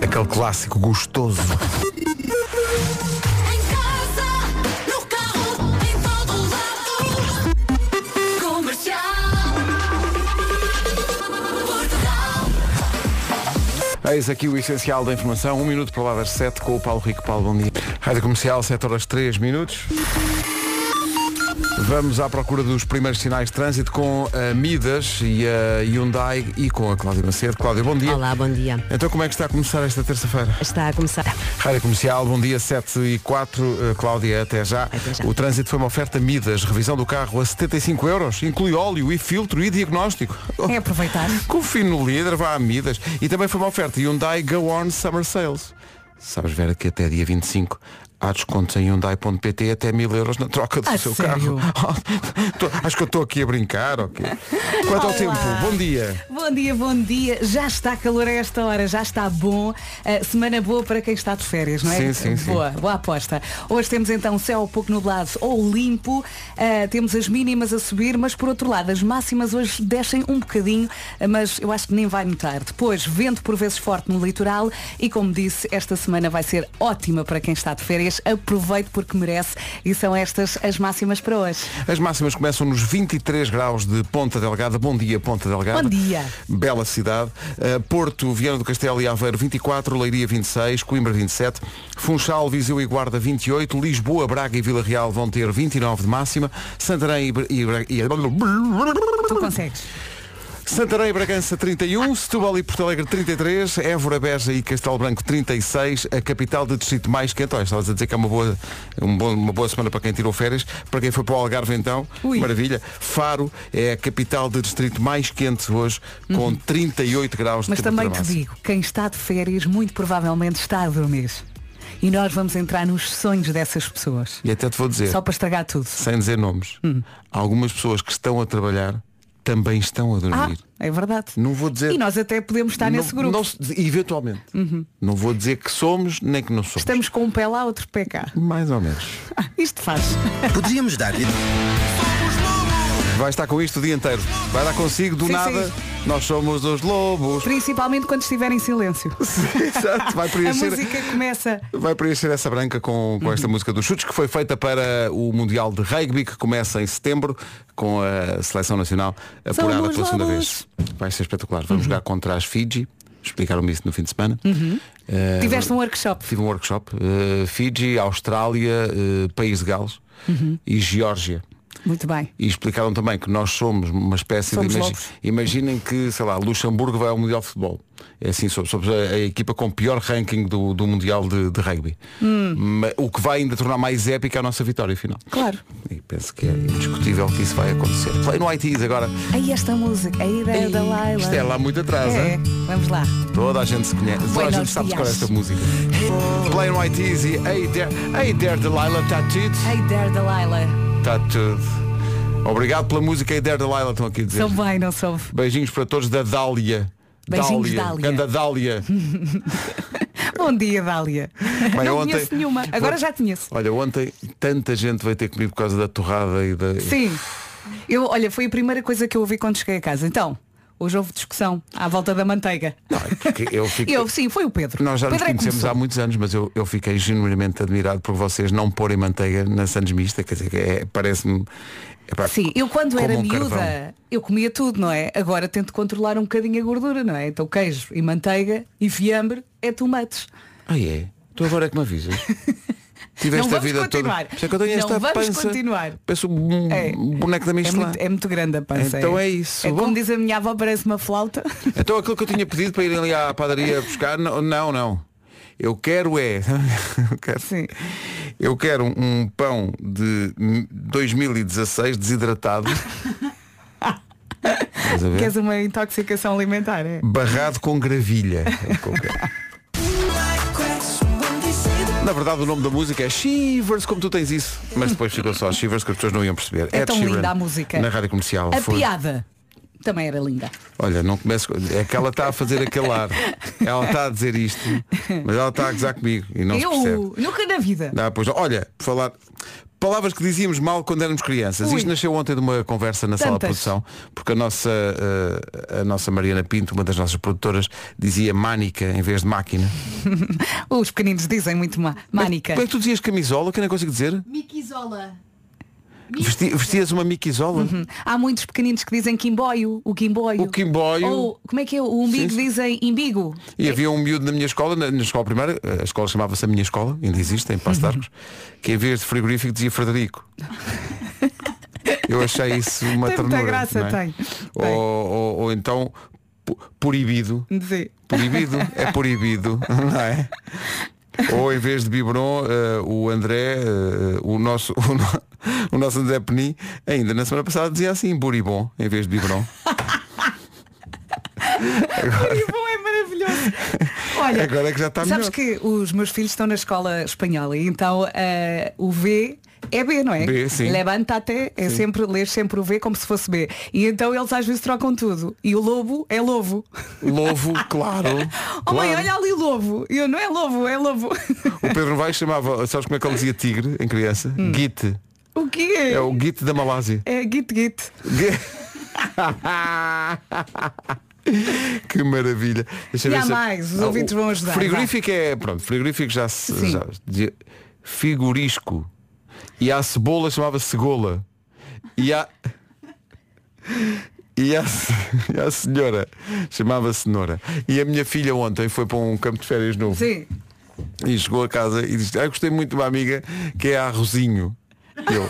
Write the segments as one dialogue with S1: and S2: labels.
S1: Aquele clássico gostoso.
S2: Em casa, no carro, em todo lado. Comercial. Portugal.
S1: Eis aqui o essencial da informação. Um minuto para lá das 7 com o Paulo Rico. Paulo, bom dia. Rádio Comercial, 7 horas 3 minutos. Vamos à procura dos primeiros sinais de trânsito com a Midas e a Hyundai e com a Cláudia Macedo. Cláudia, bom dia.
S3: Olá, bom dia.
S1: Então como é que está a começar esta terça-feira?
S3: Está a começar.
S1: Rádio Comercial, bom dia, 7 e 4. Uh, Cláudia, até já.
S3: Até já.
S1: O trânsito foi uma oferta Midas, revisão do carro a 75 euros, inclui óleo e filtro e diagnóstico.
S4: É aproveitar.
S1: Confie no líder, vá a Midas. E também foi uma oferta Hyundai Go On Summer Sales. Sabes, Vera, que até dia 25 há descontos em Hyundai.pt até mil euros na troca do
S4: A
S1: seu
S4: Ah, sério?
S1: carro. Tô- Acho que eu estou aqui a brincar. ok? Quanto ao
S4: Olá.
S1: tempo, bom dia.
S4: Bom dia, bom dia. Já está calor a esta hora, já está bom. Uh, semana boa para quem está de férias, não é?
S1: Sim, sim, sim.
S4: Boa, boa aposta. Hoje temos então céu pouco nublado ou limpo. Uh, temos as mínimas a subir, mas por outro lado, as máximas hoje descem um bocadinho, mas eu acho que nem vai notar. Depois, vento por vezes forte no litoral e, como disse, esta semana vai ser ótima para quem está de férias. Aproveite porque merece e são estas as máximas para hoje.
S1: As máximas começam nos 23 graus de Ponta Delgada. Bom dia, Ponta Delgada.
S4: Bom dia.
S1: Bela cidade. Uh, Porto, Viana do Castelo e Aveiro 24, Leiria 26, Coimbra 27, Funchal, Viseu e Guarda 28, Lisboa, Braga e Vila Real vão ter 29 de máxima, Santarém e, Bra- e, Bra- e-
S4: Tu consegues?
S1: Santarém e Bragança 31, Setúbal e Porto Alegre 33, Évora, Beja e Castelo Branco 36, a capital do distrito mais quente. Olha, estavas a dizer que é uma boa, um bom- uma boa semana para quem tirou férias, para quem foi para o Algarve então,
S4: Ui.
S1: maravilha. Faro é a capital do distrito mais quente hoje, com 38 graus de
S4: Uhum. Mas também te
S1: temperatura máxima.
S4: digo, quem está de férias muito provavelmente está a dormir. E nós vamos entrar nos sonhos dessas pessoas.
S1: E até te vou dizer,
S4: Só Hum. para estragar tudo.
S1: É. sem dizer nomes, algumas pessoas que estão a trabalhar também estão a
S4: Ah,
S1: dormir.
S4: é verdade.
S1: Não vou dizer.
S4: E nós até podemos estar
S1: não-
S4: nesse grupo. Uhum.
S1: não se- eventualmente. Não vou dizer que somos nem que não somos.
S4: Estamos com um pé lá, outro pé cá.
S1: Mais ou menos.
S4: Ah, Isto faz.
S5: Podíamos dar-lhe
S1: Vai estar com isto o dia inteiro. Vai dar consigo, do
S4: Sim,
S1: nada.
S4: sim.
S1: Nós somos os lobos.
S4: Principalmente quando estiver em silêncio.
S1: Exato, vai
S4: A
S1: preencher.
S4: música Uhum. começa.
S1: Vai preencher essa branca com, com esta música dos chutes que foi feita para o Mundial de Rugby que começa em setembro com a seleção nacional apurada
S4: os
S1: pela segunda
S4: lobos. Uhum.
S1: vez. Vai ser espetacular. Vamos jogar contra as Fiji. Explicaram-me isso no fim de semana. Eh,
S4: Tiveste um workshop.
S1: Tive um workshop. eh, Fiji, Austrália, eh, País de Gales
S4: Uhum.
S1: e Geórgia.
S4: Muito bem.
S1: E explicaram também que nós somos uma espécie
S4: Somos
S1: de. imagi-
S4: lobos.
S1: Imaginem que, sei lá, Luxemburgo vai ao Mundial de Futebol. É assim, somos, somos a, a equipa com pior ranking do, do Mundial de, de Rugby.
S4: Hum.
S1: Ma- O que vai ainda tornar mais épica é a nossa vitória final.
S4: Claro.
S1: E penso que é indiscutível que isso vai acontecer. Play no ITs agora.
S4: Aí esta música, a ideia da Laila.
S1: Isto é lá muito atrás,
S4: É,
S1: hein?
S4: vamos lá.
S1: Toda a gente se conhece. Toda a
S4: Buenos
S1: gente sabe de cor
S4: dias.
S1: esta música. Play no ITs e Hey There, hey there Delilah, está tudo.
S4: A ideia da Laila.
S1: Está tudo. Obrigado pela música Hey There Delilah, estão aqui a dizer.
S4: São bem, não soube.
S1: Beijinhos para todos da Dália.
S4: Beijinhos,
S1: Dália.
S4: Dália.
S1: Ganda Dália.
S4: Bom dia, Dália.
S1: Bem,
S4: não
S1: ontem-
S4: conheço nenhuma. Agora
S1: Ontem-
S4: já conheço.
S1: Olha, ontem tanta gente veio ter comigo por causa da torrada e da.
S4: Sim. Eu, olha, foi a primeira coisa que eu ouvi quando cheguei a casa. Então, hoje houve discussão à volta da manteiga.
S1: Não, é porque eu fico.
S4: Eu, sim, foi o Pedro.
S1: Nós já nos
S4: Pedro é que
S1: conhecemos
S4: começou.
S1: há muitos anos, mas eu, eu fiquei genuinamente admirado por vocês não porem manteiga na sandes mista, quer dizer, que é, parece-me. epá,
S4: Sim, eu quando
S1: como
S4: era
S1: um
S4: miúda,
S1: carvão.
S4: eu comia tudo, não é? Agora tento controlar um bocadinho a gordura, não é? Então queijo e manteiga e fiambre é tomates.
S1: Ah, é? Tu agora é que me avisas. Tiveste
S4: Não
S1: a
S4: vamos
S1: vida
S4: continuar.
S1: toda. Por isso é que eu tenho
S4: Não
S1: esta
S4: vamos
S1: pança.
S4: continuar.
S1: Parece um
S4: É.
S1: boneco da
S4: É
S1: Michelin.
S4: muito, é muito grande a pança.
S1: Então é isso.
S4: É
S1: Bom.
S4: como diz a minha avó, parece uma flauta.
S1: Então aquilo que eu tinha pedido para irem ali à padaria buscar, não, não. não. Eu quero é. Eu quero,
S4: Sim.
S1: eu quero um pão de 2016 desidratado. Estás a ver?
S4: Queres uma intoxicação alimentar, é?
S1: Barrado com gravilha. É o que eu quero. Na verdade o nome da música é Shivers, como tu tens isso. Mas depois ficou só Shivers que as pessoas não iam perceber.
S4: É
S1: Ed
S4: tão
S1: Sheeran,
S4: linda a música.
S1: Na rádio comercial.
S4: A
S1: foi-
S4: piada também era linda.
S1: Olha, não começo. É que ela está a fazer aquele ar. Ela está a dizer isto, mas ela está a gozar comigo e não se percebe.
S4: eu nunca na vida.
S1: Não, pois não. Olha, por falar. Palavras que dizíamos mal quando éramos crianças.
S4: Ui.
S1: Isto nasceu ontem de uma conversa na sala de
S4: Tantas.
S1: produção, porque a nossa, eh, a nossa Mariana Pinto, uma das nossas produtoras, dizia mânica em vez de máquina.
S4: Os pequeninos dizem muito má. Mánica.
S1: Como é que tu dizias camisola? Que eu não consigo dizer?
S2: Miquizola.
S1: Vesti- vestias uma miquisola?
S4: Há muitos pequeninos que dizem quimboio, o quimboio.
S1: O quimboio.
S4: Ou, é como é que é? O
S1: Sim,
S4: umbigo
S1: sim.
S4: dizem imbigo.
S1: E havia um miúdo na minha escola, na, na escola primária, eh, a escola chamava-se a minha escola, ainda existe, em Passo de Arcos,
S4: Uhum.
S1: que em vez de frigorífico dizia Frederico. Eu achei isso uma
S4: Tem muita
S1: ternura.
S4: graça,
S1: não é?
S4: tem.
S1: Ou,
S4: Tem.
S1: ou- ou então pu- proibido.
S4: Sim.
S1: Proibido é proibido, não é? Ou em vez de biberon, eh, o André, eh, o, nosso, o, no- o nosso André Peni, ainda na semana passada dizia assim, buribom, em vez de biberon.
S4: Bom, é maravilhoso. Olha,
S1: Agora é que já está
S4: sabes
S1: melhor.
S4: que os meus filhos estão na escola espanhola e então eh, o V é B, não é?
S1: B, sim.
S4: Levanta-te, é sempre, lês sempre o V como se fosse B. E então eles às vezes trocam tudo. E o lobo é lobo.
S1: Lovo, claro.
S4: Oh mãe,
S1: claro.
S4: olha ali o lobo. E eu, não é lobo, é lobo.
S1: O Pedro Novaes chamava, sabes como é que ele dizia tigre em criança?
S4: Hum.
S1: Git.
S4: o que é?
S1: É o Git da Malásia.
S4: É git git.
S1: Git. que maravilha. Deixa eu
S4: E
S1: ver
S4: há
S1: se-
S4: mais, os
S1: Ah,
S4: ouvintes
S1: o
S4: vão ajudar,
S1: Frigorífico é, pronto, frigorífico já se.
S4: Sim.
S1: Já, dizia- figurisco. E a cebola chamava cegola. E a. E a, e a senhora chamava cenoura. E a minha filha ontem foi para um campo de férias novo.
S4: Sim.
S1: E chegou a casa e disse, ah, gostei muito de uma amiga que é a Arrozinho. E Eu.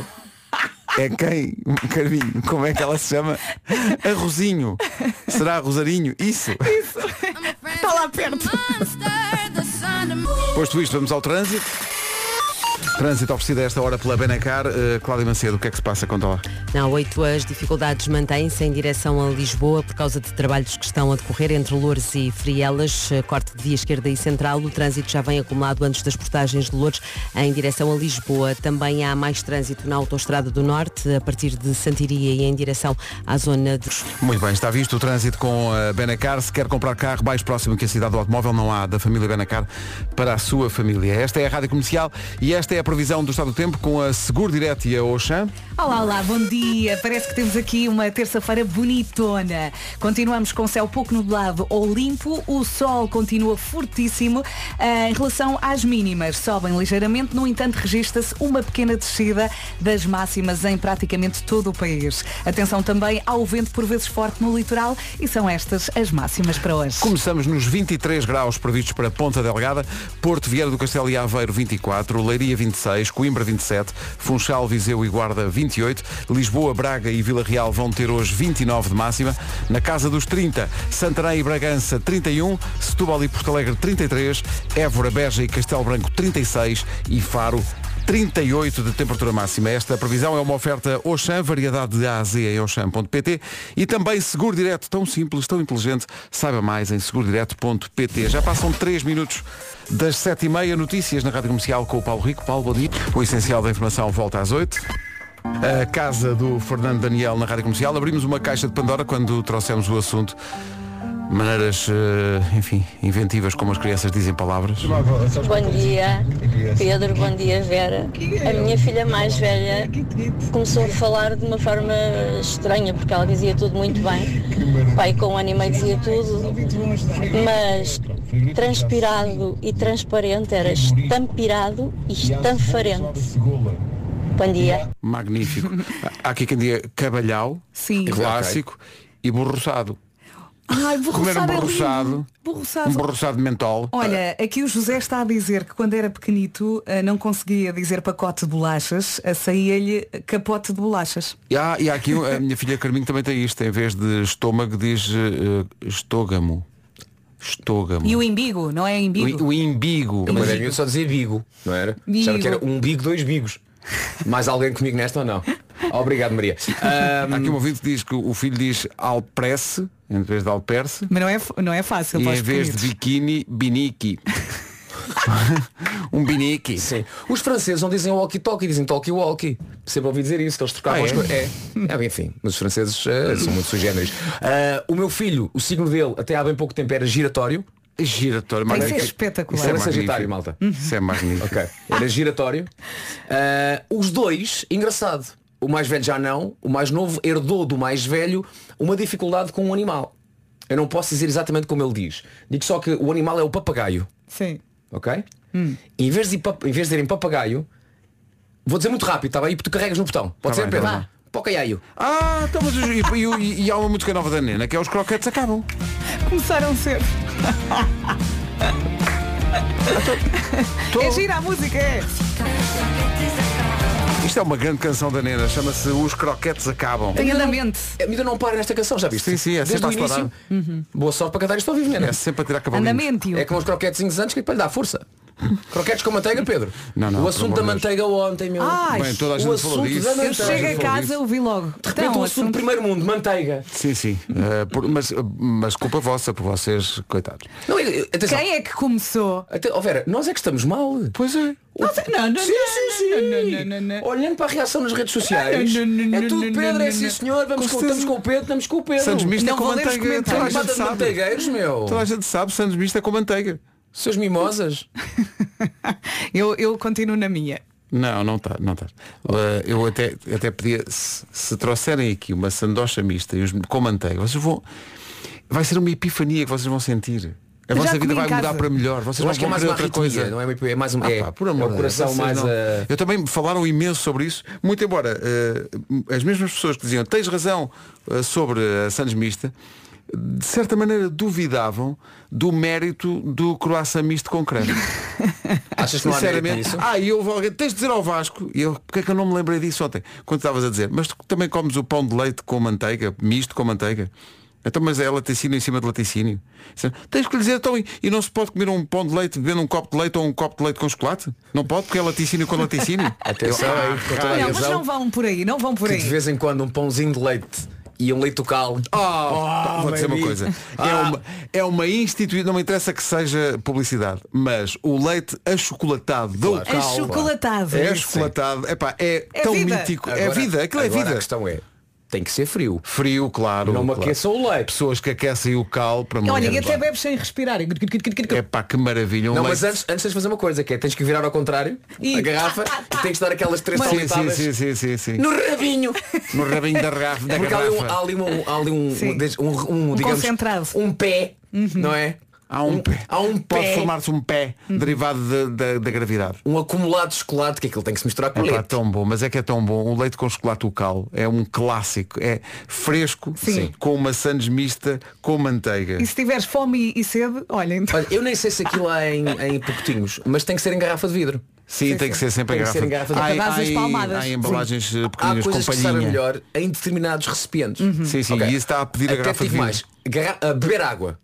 S1: É quem? Carminho, como é que ela se chama? Arrozinho. Será Rosarinho? Isso.
S2: Está Tá lá perto.
S6: Tá,
S1: Posto isto, vamos ao trânsito. Trânsito oferecido a esta hora pela Benacar. Eh, Cláudia Macedo, o que é que se passa? Conta lá.
S3: Na 8 as dificuldades mantêm-se em direção a Lisboa por causa de trabalhos que estão a decorrer entre Loures e Frielas, eh, corte de via esquerda e central. O trânsito já vem acumulado antes das portagens de Loures em direção a Lisboa. Também há mais trânsito na Autostrada do Norte, a partir de Santiria e em direção à zona de...
S1: Muito bem, está visto o trânsito com a Benacar. Se quer comprar carro mais próximo que a cidade do automóvel, não há da família Benacar para a sua família. Esta é a Rádio Comercial e esta é a previsão do Estado do Tempo com a Seguro Direto e a Auchan.
S4: Olá, olá, bom dia. Parece que temos aqui uma terça-feira bonitona. Continuamos com céu pouco nublado ou limpo, o sol continua fortíssimo. Ah, em relação às mínimas, sobem ligeiramente, no entanto, registra-se uma pequena descida das máximas em praticamente todo o país. Atenção também ao vento por vezes forte no litoral e são estas as máximas para hoje.
S1: Começamos nos 23 graus previstos para Ponta Delgada, Porto Vieira do Castelo e Aveiro 24, Leiria 26, Coimbra 27, Funchal, Viseu e Guarda 28, Lisboa, Braga e Vila Real vão ter hoje 29 de máxima, na casa dos 30, Santarém e Bragança 31, Setúbal e Porto Alegre 33, Évora, Beja e Castelo Branco 36 e Faro 38 de temperatura máxima. Esta previsão é uma oferta Oxan, variedade de A a Z em Oxan.pt e também Seguro Direto, tão simples, tão inteligente. Saiba mais em segurodireto.pt. Já passam 3 minutos das 7h30, notícias na Rádio Comercial com o Paulo Rico. Paulo, bom dia. O essencial da informação volta às 8. A casa do Fernando Daniel na Rádio Comercial. Abrimos uma caixa de Pandora quando trouxemos o assunto. Maneiras, eh, enfim, inventivas como as crianças dizem palavras.
S5: Bom dia, Pedro. Bom dia, Vera. A minha filha mais velha começou a falar de uma forma estranha, porque ela dizia tudo muito bem. O pai com um ano e meio dizia tudo, mas transpirado e transparente era estampirado e estanfarente. Bom dia.
S1: Magnífico. Há aqui quem diga cabalhau, é
S4: Sim.
S1: clássico e borroçado.
S4: Ai,
S1: Comer um
S4: borroçado é lindo.
S1: borroçado,
S4: Borroçado.
S1: um borroçado Ah, de mentol.
S4: Tá Olha, aqui o José está a dizer que quando era pequenito eh, não conseguia dizer pacote de bolachas, eh, saía-lhe capote de bolachas.
S1: E há, e há aqui, um- a minha filha Carminho também tem isto, em vez de estômago diz eh, eh, estógamo. Estógamo.
S4: E o imbigo, não é imbigo?
S1: O, o imbigo.
S7: Eu
S1: Mas- é
S7: quando era miúdo só dizia bigo, não era?
S4: Bigo.
S7: Achava que era um bigo, dois bigos. Mais alguém comigo nesta ou não? Obrigado, Maria.
S1: há
S7: Ahm,
S1: aqui um ouvinte que diz que o filho diz alprece, em vez de alperce,
S4: Mas não é, f- não é fácil
S1: e
S4: para os
S1: em vez de
S4: pequenitos.
S1: biquíni, biniqui. um biniqui.
S7: sim. Os franceses não dizem walkie-talkie, dizem talkie-walkie. Sempre ouvi dizer isso, que eles trocavam
S1: Ah,
S7: as
S1: é?
S7: coisas. É. é, enfim, mas os Ah, franceses eh, são muito sugêneres. o meu filho, o signo dele, até há bem pouco tempo era giratório.
S1: Giratório,
S4: Tem que
S1: magnífico.
S4: ser espetacular.
S1: Isso é
S7: Era
S1: magnífico.
S7: Sagitário, malta.
S1: Isso é magnífico.
S7: Ok. Era giratório. Ah, os dois, engraçado. O mais velho já não. O mais novo herdou do mais velho uma dificuldade com um animal. Eu não posso dizer exatamente como ele diz. Digo só que o animal é o papagaio.
S4: Sim.
S7: Ok?
S1: Hum.
S7: E em vez de, pap- em vez de irem papagaio, vou dizer muito rápido, está bem? E tu carregas no botão. Pode
S1: Tá
S7: ser,
S1: bem,
S7: Pedro?
S1: tá bem.
S7: Vá. Papagaio.
S1: Ah, então, mas, e, e- e há uma música nova da Nena que é os croquetes acabam.
S4: Começaram cedo. É gira a música, é.
S1: Isto é uma grande canção da Nena, chama-se Os Croquetes Acabam.
S4: Tem andamento.
S7: A Eh, miúda não para nesta canção, já viste?
S1: Sim, sim, é
S7: Desde
S1: sempre
S7: o
S1: a explorar. Uhum.
S7: início. Boa sorte para cantar isto ao vivo, né?
S1: É sempre a tirar cavalinhos.
S4: Andamento.
S7: É com os croquetezinhos antes que é para lhe dar força. Croquetes com manteiga, Pedro?
S1: Não, não,
S7: O
S1: pelo
S7: assunto da
S1: amor de
S7: manteiga ontem, meu.
S4: Ai,
S1: Bem, toda a
S7: O
S1: gente falou
S7: assunto
S1: disso.
S7: da
S4: eu
S7: manteiga.
S1: Toda a gente
S4: chego a
S1: falou disso.
S4: casa, eu vi logo. Então,
S7: Repente o assunto do primeiro mundo, manteiga.
S1: Sim, sim. Eh, por- mas, mas culpa vossa, por vocês, coitados.
S7: Não, eu- eu- atenção.
S4: Quem é que começou?
S7: Até, oh Vera, nós é que estamos mal.
S1: Pois é.
S7: O-
S4: Nós é- não, não,
S7: sim,
S4: não,
S7: sim, sim.
S4: não, não, não, não, não.
S7: Olhando para a reação nas redes sociais.
S4: Não, não, não,
S7: é tudo
S4: não, não,
S7: Pedro, é
S4: não,
S7: sim
S4: não.
S7: senhor, vamos
S1: Com
S7: com,
S1: certeza.
S7: estamos com o Pedro, estamos com o Pedro.
S1: Santos mista
S4: não
S1: com
S4: vou ler os
S1: manteiga. Toda a
S4: comentários.
S1: gente
S7: Mata de
S1: sabe.
S7: manteigueiros, meu.
S1: Toda a gente sabe, Santos mista com manteiga.
S7: Seus mimosas.
S4: Eu, eu continuo na minha.
S1: Não, não está, não está. Eh, eu até, até pedia, se, se trouxerem aqui uma sandocha mista e os, com manteiga, vocês vão. Vai ser uma epifania que vocês vão sentir. A
S4: Eu já
S1: vossa
S4: comi
S1: vida
S4: em
S1: vai mudar
S4: casa.
S1: para melhor. Vocês
S7: Eu
S1: vão
S7: acho que é mais
S1: querer
S7: uma
S1: outra
S7: arritmia,
S1: coisa.
S7: não é uma- é mais um-
S1: Ah,
S7: é-
S1: pá, por
S7: é
S1: amor
S7: o
S1: de
S7: coração
S1: Deus,
S7: mais,
S1: vocês não-
S7: eh,
S1: Eu também falaram imenso sobre isso, muito embora eh, as mesmas pessoas que diziam tens razão eh, sobre a Santos Mista, de certa maneira duvidavam do mérito do croissant misto com creme.
S7: Achas que não há mérito
S1: Sinceramente,
S7: nisso?
S1: ah, e houve alguém, tens de dizer ao Vasco, e eu, porque é que eu não me lembrei disso ontem, quando estavas a dizer, mas tu também comes o pão de leite com manteiga, misto com manteiga. Então, mas é laticínio em cima de laticínio. Disse, Tens que lhe dizer, então, e e não se pode comer um pão de leite bebendo um copo de leite ou um copo de leite com chocolate? Não pode, porque é laticínio com laticínio.
S7: Atenção
S1: Eu,
S7: aí, com toda a
S1: raio.
S4: não, mas
S7: razão.
S4: não vão por aí, não vão por
S7: que de
S4: aí.
S7: vez em quando um pãozinho de leite e um leite local.
S1: Oh, vou dizer uma
S7: baby.
S1: coisa. É
S7: Ah.
S1: uma, é uma instituição, não me interessa que seja publicidade, mas o leite achocolatado da
S7: Claro.
S1: Ucal,
S4: Achocolatado.
S1: É achocolatado. Epá, é,
S4: É
S1: tão
S4: vida.
S1: mítico. é
S7: Agora-
S1: vida, aquilo é
S7: agora
S1: vida.
S7: A questão é, tem que ser frio.
S1: Frio, claro.
S7: Não me
S1: claro.
S7: aqueça o leite.
S1: Pessoas que aquecem o cal para
S4: Olha, e
S1: morrer.
S4: até bebes sem respirar.
S1: É pá, que maravilha. Um
S7: Não,
S1: leite-
S7: mas antes, antes tens de fazer uma coisa, que é tens que virar ao contrário
S4: E-
S7: a garrafa
S1: tá,
S7: e tens de dar aquelas três
S1: Sim, sim,
S7: salitadas
S1: sim, sim, sim, sim.
S7: no rabinho.
S1: No rabinho da, garrafa- da
S7: Porque há ali um, há
S1: garrafa.
S7: ali um, há ali um,
S4: Sim.
S7: um, des- um, um,
S4: Um
S7: digamos,
S4: concentrado.
S7: um pé,
S1: Uhum.
S7: não é?
S1: Há um pé.
S7: Há um
S1: Pode
S7: pé.
S1: formar-se um pé
S4: Uhum.
S1: derivado de- da- da gravidade.
S7: Um acumulado de chocolate, que aquilo tem que se misturar
S4: Um
S7: com
S1: É pá,
S7: leite.
S1: tão bom, mas é que é tão bom. Um leite com chocolate local é um clássico. É fresco,
S4: Sim.
S1: com uma sandes mista, com manteiga.
S4: E se tiveres fome e sede, olha, então.
S7: Olha, eu nem sei se aquilo há em, em pacotinhos, mas tem que ser em garrafa de vidro.
S1: Sim, tem que ser sempre
S7: Tem que ser
S1: a
S7: em
S1: garrafa.
S7: garrafa de-
S1: Há-
S4: Para dar as
S1: há-
S4: palmadas.
S1: há embalagens eh,
S7: Há
S1: pequeninas com
S7: coisas que sabem
S1: palhinha.
S7: melhor em determinados recipientes.
S1: Uhum. Sim, sim,
S7: Ok.
S1: e isso está a pedir a
S7: Até
S1: garrafa
S7: te
S1: de
S7: digo
S1: vinho.
S7: mais, garra- a beber água.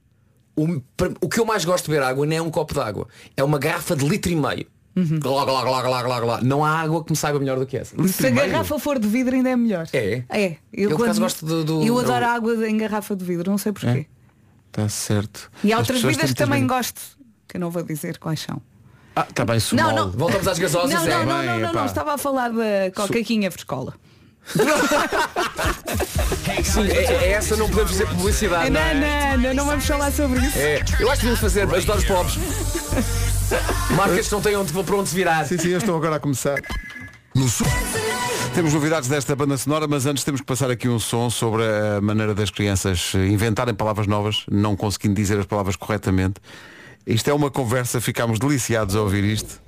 S7: O, para- o que eu mais gosto de beber água não é um copo de água, é uma garrafa de litro e meio.
S1: Uhum.
S7: Glá, glá, glá, glá, glá, glá. Não há água que me saiba melhor do que essa.
S4: Se a garrafa for de vidro ainda é melhor.
S7: É?
S4: É.
S7: Eu, por acaso, gosto do- do- É.
S4: eu adoro
S7: do-
S4: a água em garrafa de vidro, não sei porquê.
S1: Está Tá certo.
S4: E há
S1: As
S4: outras
S1: pessoas
S4: bebidas que
S1: têm
S4: também
S1: muitas
S4: gosto, que eu não vou dizer quais são.
S1: bebidas- Ah,
S7: tá
S1: está bem, sumol.
S4: Não, não.
S7: Voltamos às
S4: Não,
S7: gasosas.
S4: não,
S7: é.
S4: não, não,
S1: bem,
S4: não,
S1: epá.
S4: não, estava a falar da cocaquinha frescola.
S7: Sim, é, é essa não podemos fazer publicidade.
S4: Não,
S7: Não, é?
S4: não, não, não vamos falar sobre isso.
S7: É, eu acho que devíamos fazer ajudar os pobres. Marcas que não têm onde, para onde se virar.
S1: Sim, sim, eu estou agora a começar. No su- Temos novidades desta banda sonora, mas antes temos que passar aqui um som sobre a maneira das crianças eh, inventarem palavras novas, não conseguindo dizer as palavras corretamente. Isto é uma conversa, ficámos deliciados a ouvir isto.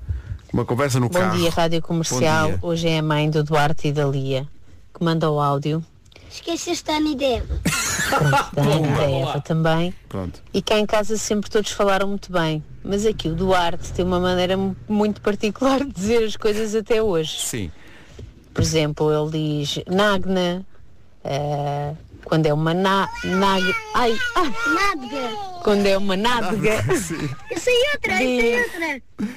S1: Uma conversa no
S8: Bom
S1: carro.
S8: dia, Rádio Comercial.
S1: Bom dia.
S8: Hoje é a mãe do Duarte e da Lia que manda o áudio.
S9: Esqueceste a Anideva.
S8: Também da Eva também.
S1: Pronto.
S8: E cá em casa sempre todos falaram muito bem. Mas aqui o Duarte tem uma maneira mu- muito particular de dizer as coisas até hoje.
S1: Sim.
S8: Por exemplo, ele diz Nagna. eh, quando é uma na, nag, ai, ah,
S9: Nádega.
S8: quando é uma nádega,
S9: Eu sei é outra, eu sei outra.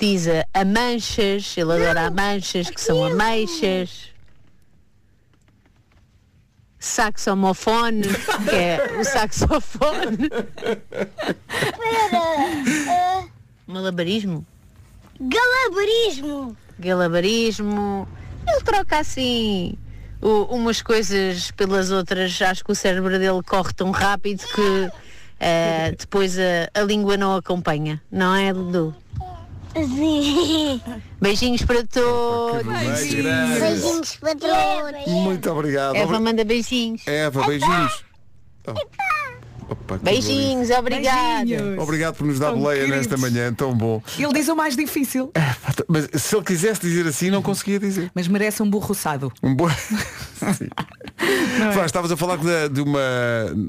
S8: diz a amanchas, ele adora amanchas, que
S9: é
S8: são
S9: um-
S8: ameixas. Saxomofone, que é o saxofone.
S9: eh,
S8: Malabarismo,
S9: Galabarismo.
S8: galabarismo. Ele troca assim o- umas coisas pelas outras. Acho que o cérebro dele corre tão rápido que ah, depois a, a língua não acompanha, não é, Dudu?
S9: Sim.
S8: Beijinhos para todos.
S1: é?
S9: Beijinhos para todos.
S1: Muito obrigado.
S8: Eva manda beijinhos.
S1: Eva, beijinhos. Oh. Opa, que beleza.
S8: Beijinhos, obrigada.
S4: Beijinhos.
S1: Obrigado por nos dar
S4: Tão
S1: boleia
S4: queridos.
S1: nesta manhã, tão bom.
S4: Ele diz o mais difícil,
S1: Mas se ele quisesse dizer assim, não conseguia dizer.
S4: mas merece um é? burro assado.
S1: Um bom... Sim. Vá, estavas a falar de, de uma,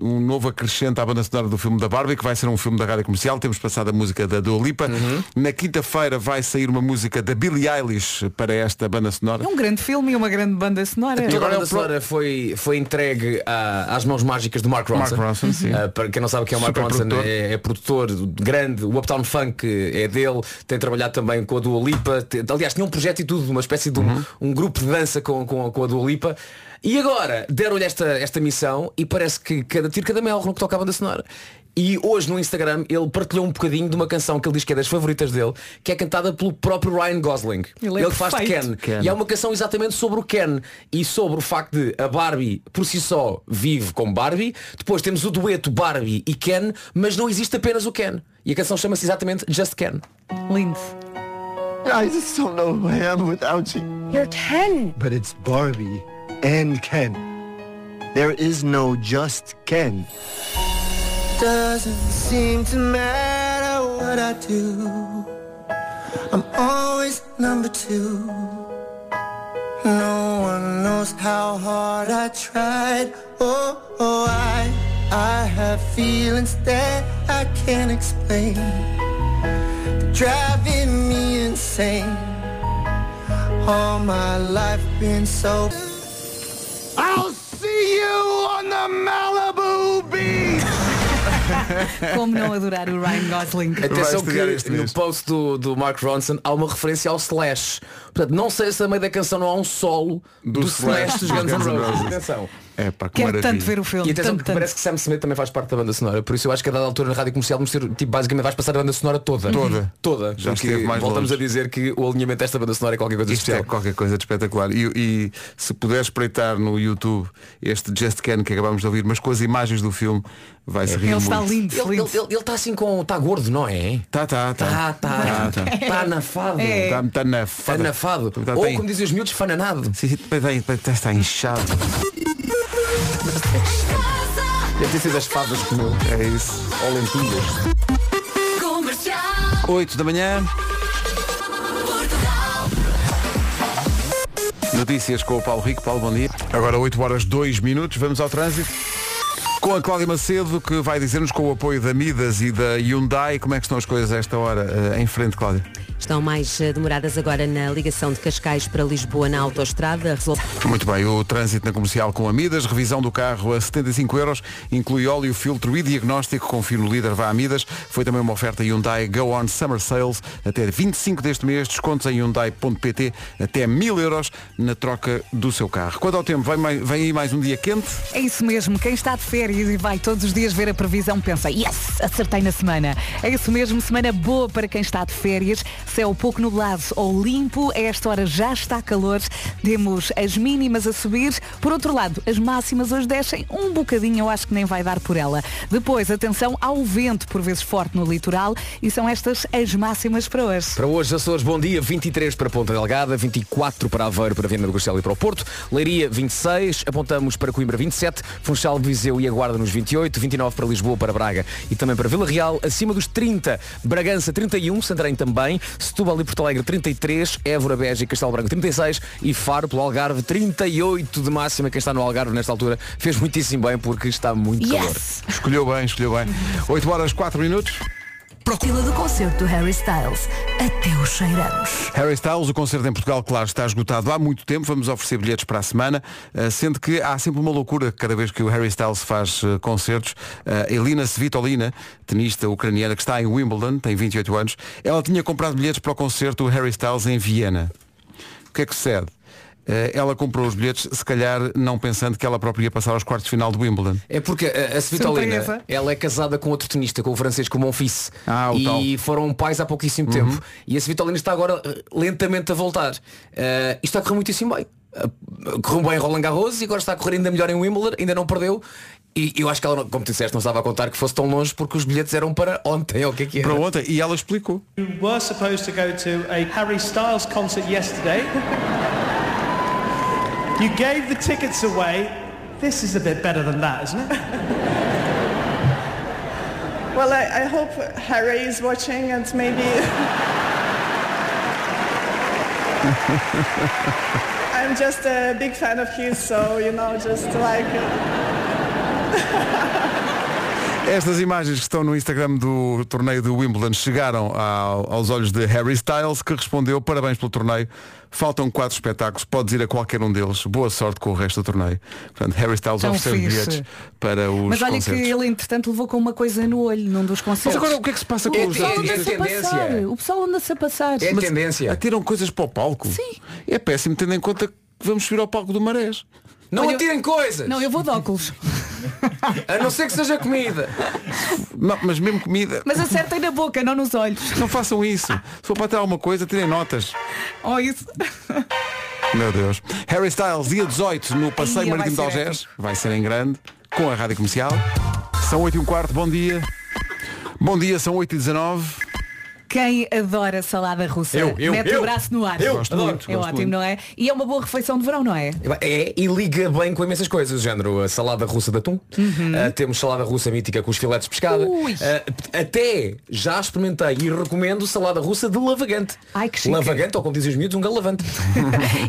S1: um novo acrescente à banda sonora do filme da Barbie, que vai ser um filme da rádio comercial. Temos passado a música da Dua Lipa.
S4: Uhum.
S1: Na quinta-feira vai sair uma música da Billie Eilish para esta banda sonora.
S4: É um grande filme e uma grande banda sonora.
S1: Agora
S7: Toda
S1: é
S7: a
S1: o
S7: banda
S1: pro-
S7: sonora foi, foi entregue à- às mãos mágicas do Mark Ronson.
S1: Mark Ronson, sim.
S7: Ah, para quem não sabe quem é o Mark
S1: Super
S7: Ronson,
S1: produtor.
S7: É, é produtor grande, o Uptown Funk é dele, tem trabalhado também com a Dua Lipa. te- aliás, tinha um projeto e tudo, uma espécie de um,
S1: Uhum.
S7: um grupo de dança com, com, com a Dua Lipa. E agora deram-lhe esta, esta missão e parece que cada tiro cada mel no que toca a banda sonora. E hoje no Instagram ele partilhou um bocadinho de uma canção que ele diz que é das favoritas dele, que é cantada pelo próprio Ryan Gosling.
S4: Ele é
S7: que faz de
S4: perfeito.
S7: Ken.
S1: Ken.
S7: E é uma canção exatamente sobre o Ken e sobre o facto de a Barbie por si só vive como Barbie. Depois temos o dueto Barbie e Ken, mas não existe apenas o Ken. E a canção chama-se exatamente Just Ken.
S4: Lindo.
S10: I just don't know who I am without you. You're Ken. But it's Barbie and Ken. There is no just Ken. Doesn't seem to matter what I do. I'm always number two. No one knows how hard I tried. Oh, oh I, I have feelings that I can't explain driving me insane. All my life been so. I'll see you on the Malibu Beach.
S4: Como não adorar o Ryan Gosling?
S7: Atenção
S1: estrear este
S7: que no
S1: mês.
S7: post do, do Mark Ronson há uma referência ao Slash. Portanto, não sei se a meio da canção não há um solo
S1: Do
S7: do, Slash dos Guns N' Roses. Atenção.
S1: É pá, que
S4: Quero
S1: maravilha.
S4: tanto ver o filme.
S7: E atenção
S4: tanto,
S7: que
S4: tanto.
S7: parece que Sam Smith também faz parte da banda sonora, por isso eu acho que a dada altura na rádio comercial vamos ter, tipo, basicamente vais passar a banda sonora toda.
S1: Toda.
S7: Toda.
S1: Já
S7: Porque
S1: esteve mais
S7: Voltamos
S1: longe.
S7: a dizer que o alinhamento desta banda sonora é qualquer coisa
S1: Isto é
S7: especial.
S1: qualquer coisa de espetacular. E, e se puder espreitar no YouTube este Just Can que acabámos de ouvir, mas com as imagens do filme, vai-se rir
S4: É Ele
S1: muito.
S4: está lindo,
S7: Ele
S4: lindo.
S7: está assim com. Está gordo, não é?
S1: Tá, tá, tá.
S7: Tá, tá.
S1: tá.
S7: Está anafado.
S4: Ah, É.
S1: Está tá na
S7: Está
S1: fada.
S7: anafado.
S1: Tá- tá
S7: Ou
S1: aí.
S7: como dizem os miúdos, fananado.
S1: Sim, sim, tá- tá- Está inchado.
S7: Deve ter sido as fadas que comeu.
S1: É isso.
S7: Ou lentilhas.
S1: 8 da manhã. Notícias com o Paulo Rico. Paulo, bom dia. Agora 8 horas 2 minutos. Vamos ao trânsito. Com a Cláudia Macedo, que vai dizer-nos com o apoio da Midas e da Hyundai, como é que estão as coisas a esta hora eh, em frente, Cláudia?
S3: Estão mais eh, demoradas agora na ligação de Cascais para Lisboa na autoestrada. Resol-
S1: Muito bem, o trânsito na comercial com Amidas, revisão do carro a 75 euros, inclui óleo, filtro e diagnóstico, confio no líder, vá a Amidas. Foi também uma oferta Hyundai Go On Summer Sales, até 25 deste mês, descontos em Hyundai.pt, até 1000 euros na troca do seu carro. Quanto ao tempo, vem, mai- vem aí mais um dia quente?
S4: É isso mesmo, quem está de férias e vai todos os dias ver a previsão pensa, yes, acertei na semana. É isso mesmo, semana boa para quem está de férias, céu um pouco nublado ou limpo, a esta hora já está calor, temos as mínimas a subir, por outro lado, as máximas hoje descem um bocadinho, eu acho que nem vai dar por ela. Depois, atenção ao vento, por vezes forte no litoral, e são estas as máximas para hoje.
S7: Para hoje, Açores, bom dia, 23 para Ponta Delgada, 24 para Aveiro, para Viana do Castelo e para o Porto, Leiria 26, apontamos para Coimbra 27, Funchal, Viseu e Aguarda nos 28, 29 para Lisboa, para Braga e também para Vila Real, acima dos 30, Bragança 31, Santarém também, Setúbal e Porto Alegre 33, Évora, Beja e Castelo Branco 36 e Faro pelo Algarve 38 de máxima. Quem está no Algarve nesta altura fez muitíssimo bem porque está muito calor.
S1: Escolheu bem, escolheu bem. 8 horas 4 minutos.
S11: Procura do concerto do Harry Styles. Até os cheiramos.
S1: Harry Styles, o concerto em Portugal, claro, está esgotado há muito tempo. Vamos oferecer bilhetes para a semana. eh, Sendo que há sempre uma loucura cada vez que o Harry Styles faz eh, concertos. Eh, Elina Svitolina, tenista ucraniana que está em Wimbledon, tem 28 anos, ela tinha comprado bilhetes para o concerto do Harry Styles em Viena. O que é que sucede? Eh, Ela comprou os bilhetes, se calhar não pensando que ela própria ia passar aos quartos de final de Wimbledon.
S7: É porque a, a Svitolina,
S4: Surpresa.
S7: ela é casada com outro tenista, com o francês, com o Monfils.
S1: Ah, o
S7: e
S1: tal. Uhum.
S7: foram pais há pouquíssimo tempo. E a Svitolina está agora eh, lentamente a voltar. Eh, isto está a correr muitíssimo bem. Eh, correu bem em Roland Garros e agora está a correr ainda melhor em Wimbledon, ainda não perdeu. E eu acho que ela, não- como tu disseste, não estava a contar que fosse tão longe porque os bilhetes eram para ontem, ou o que é que era?
S1: Para ontem, e ela explicou.
S12: You were supposed to go to a Harry Styles concert yesterday. you gave the tickets away. This is a bit better than that, isn't it?
S13: Well, I, I hope Harry is watching and maybe I'm just a big fan of his, so, you know, just like... uh,
S1: Estas imagens que estão no Instagram do torneio do Wimbledon chegaram ao- aos olhos de Harry Styles, que respondeu parabéns pelo torneio. Faltam quatro espetáculos, podes ir a qualquer um deles. Boa sorte com o resto do torneio. Portanto, Harry Styles
S4: Tão
S1: ofereceu
S4: fixe.
S1: bilhetes para os
S4: Mas olha
S1: concertos.
S4: que ele, entretanto, levou com uma coisa no olho num dos concertos.
S1: agora o que é que se passa com
S4: o
S1: os
S4: pessoal
S1: artistas?
S4: anda-se a
S1: É tendência.
S4: passar? O pessoal anda-se a passar.
S7: É
S1: Mas Atiram coisas para o palco. Sim. É péssimo, tendo em conta que vamos subir ao palco do Marés.
S7: Não
S4: Olha,
S7: atirem coisas!
S4: Não, eu vou de óculos.
S7: A não ser que seja comida.
S1: Não, mas mesmo comida.
S4: Mas acertem na boca, não nos olhos.
S1: Não façam isso. Se for para ter alguma coisa, tirem notas. Oh,
S4: Ou isso.
S1: Meu Deus. Harry Styles, dia 18, no Passeio
S4: Ia, vai
S1: Marítimo de
S4: ser
S1: Algés. Vai ser em grande, com a Rádio Comercial. São 8 e um quarto, bom dia. Bom dia, são 8 e 19.
S4: Quem adora salada russa,
S1: Eu, eu,
S4: mete
S1: eu.
S4: o braço no ar.
S1: Eu gosto Adoro. muito,
S4: É
S1: gosto
S4: ótimo,
S1: muito.
S4: não é? E é uma boa refeição de verão, não é?
S7: É, e liga bem com imensas coisas, do género a salada russa de atum, ah, temos salada russa mítica com os filetes de pescada,
S4: Uhum. Ui.
S7: ah, até já experimentei e recomendo salada russa de lavagante.
S4: Ai, que chique.
S7: Lavagante, ou como dizem os miúdos, um galavante.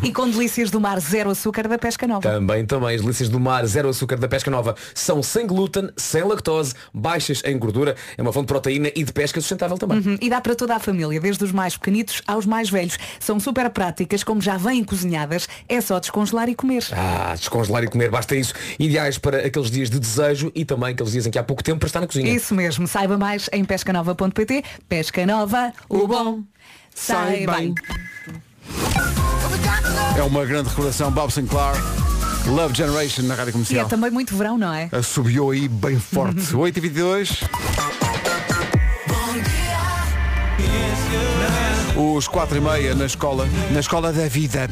S4: e com delícias do mar, zero açúcar da pesca nova.
S1: Tá.
S7: Também, também, as delícias do mar, zero açúcar da pesca nova, são sem glúten, sem lactose, baixas em gordura, é uma fonte de proteína e de pesca sustentável também.
S4: Uhum, E dá para toda a família, desde os mais pequenitos aos mais velhos. São super práticas, como já vêm cozinhadas, é só descongelar e comer.
S7: Ah, descongelar e comer, basta isso. Ideais para aqueles dias de desejo e também aqueles dias em que há pouco tempo para estar na cozinha.
S4: Isso mesmo, saiba mais em pescanova.pt. Pesca Nova, o bom é? sai bem.
S1: É uma grande recordação, Bob Sinclair. Love Generation na Rádio
S4: E é
S1: Comercial.
S4: também muito verão, não é?
S1: Assobiou aí bem forte. 8 e 22. Os 4 e meia na escola, na escola da vida.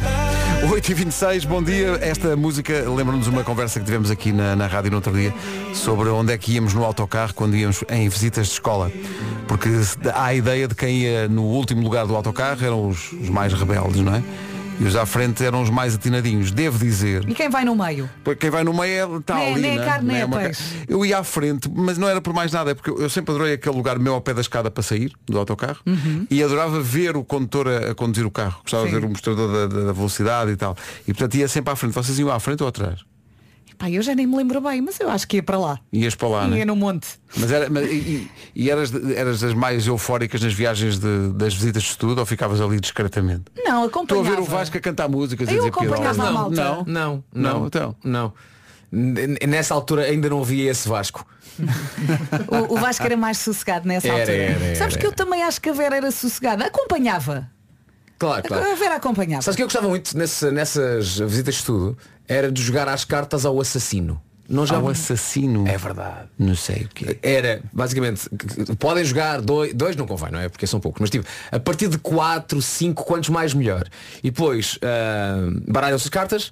S1: 8 e 26, bom dia. Esta música lembra-nos uma conversa que tivemos aqui na, na rádio no outro dia sobre onde é que íamos no autocarro quando íamos em visitas de escola. Porque se- há a ideia de quem ia no último lugar do autocarro eram os, os mais rebeldes, não é? E os à frente eram os mais atinadinhos. Devo dizer
S4: E quem vai no meio?
S1: porque quem vai no meio é, está
S4: Nem-
S1: ali.
S4: nem
S1: né?
S4: carne,
S1: Não
S4: nem
S1: uma
S4: é
S1: ca-
S4: peixe.
S1: Eu ia à frente, mas não era por mais nada, é porque eu eu sempre adorei aquele lugar meu ao pé da escada para sair do autocarro
S4: Uhum.
S1: e adorava ver o condutor a, a conduzir o carro. Gostava de ver o mostrador da, da- da velocidade e tal. E portanto ia sempre à frente. Vocês iam à frente ou atrás?
S4: Pá, eu já nem me lembro bem, mas eu acho que ia para lá.
S1: Ias para lá, né?
S4: Ia no monte.
S1: Mas era, mas- e, e- e eras, de- eras das mais eufóricas nas viagens de- das visitas de estudo ou ficavas ali discretamente?
S4: Não,
S1: Estou a
S4: acompanhava.
S1: ver o Vasco a cantar músicas e
S4: Eu
S1: dizer
S4: acompanhava
S1: piadas.
S4: a
S1: Não,
S4: malta.
S1: não,
S7: Não,
S1: não,
S7: não,
S1: então.
S7: não. N- Nessa altura ainda não havia esse Vasco.
S4: O, o Vasco era mais sossegado nessa
S7: Era,
S4: altura.
S7: era, era,
S4: Sabes que eu também acho que a Vera era sossegada. Acompanhava.
S7: Claro, claro.
S4: A Vera acompanhava.
S7: Sabes o que eu gostava muito nesse- nessas visitas de estudo? Era de jogar às cartas ao assassino. Não
S1: Ao
S7: jogavam-
S1: um assassino.
S7: É verdade.
S1: Não sei o que
S7: Era, basicamente, que- que- podem jogar dois, dois não convém, não é? Porque são poucos, mas tipo, a partir de 4, 5, quantos mais melhor. E depois ah, baralham-se as cartas,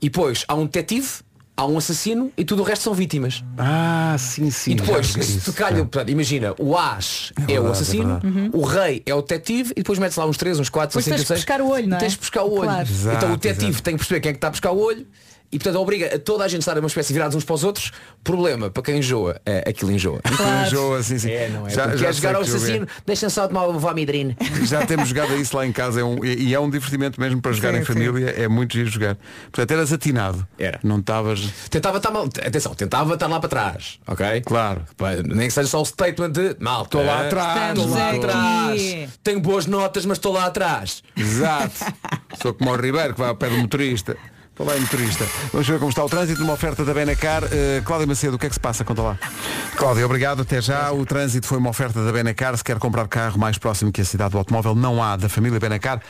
S7: e depois há um detetive, há um assassino e tudo o resto são vítimas.
S1: Ah, sim, sim.
S7: E depois,
S1: já
S7: se
S1: isso,
S7: tu calha, portanto, imagina, o As é,
S1: verdade,
S7: o
S1: é
S7: assassino,
S1: verdade.
S7: o rei é o detetive e depois metes lá uns 3, uns 4,
S4: Pois
S7: uns 5,
S4: tens
S7: uns
S4: de
S7: 6.
S4: pescar o olho, não é?
S7: Tens de pescar o olho.
S4: Claro.
S7: então
S1: Exato,
S7: o detetive
S1: exato.
S7: tem que perceber quem é que está a pescar o olho e portanto obriga a toda a gente a estar uma espécie virados uns para os outros. Problema, para quem enjoa, é, aquilo enjoa.
S1: Claro. Enjoa, sim, sim.
S7: É, não é?
S1: Já-
S7: Porque
S1: já
S7: quer
S1: sei
S7: jogar ao
S1: que jogo é.
S7: assassino, deixem só tomar uma vomidrina.
S1: Já temos jogado a isso lá em casa é um- e, e é um divertimento mesmo para jogar
S4: Sim,
S1: em
S4: sim.
S1: família, é muito giro jogar. Portanto, eras atinado.
S7: Era.
S1: Não estavas.
S7: Tentava estar mal. Atenção, tentava estar lá para trás. Ok?
S1: Claro. É,
S7: Pá, Nem que seja só o statement de mal. Estou
S1: lá atrás,
S7: Estou lá
S4: estamos aqui.
S7: atrás. Tenho boas notas, mas estou lá atrás.
S1: Exato. Sou como o Ribeiro que vai ao pé do motorista. Estou lá em motorista. Vamos ver como está o trânsito numa oferta da Benacar. Eh, Cláudia Macedo, o que é que se passa? Conta lá. Cláudia, obrigado. Até já. O trânsito foi uma oferta da Benacar. Se quer comprar carro mais próximo que a cidade do automóvel, não há da família Benacar.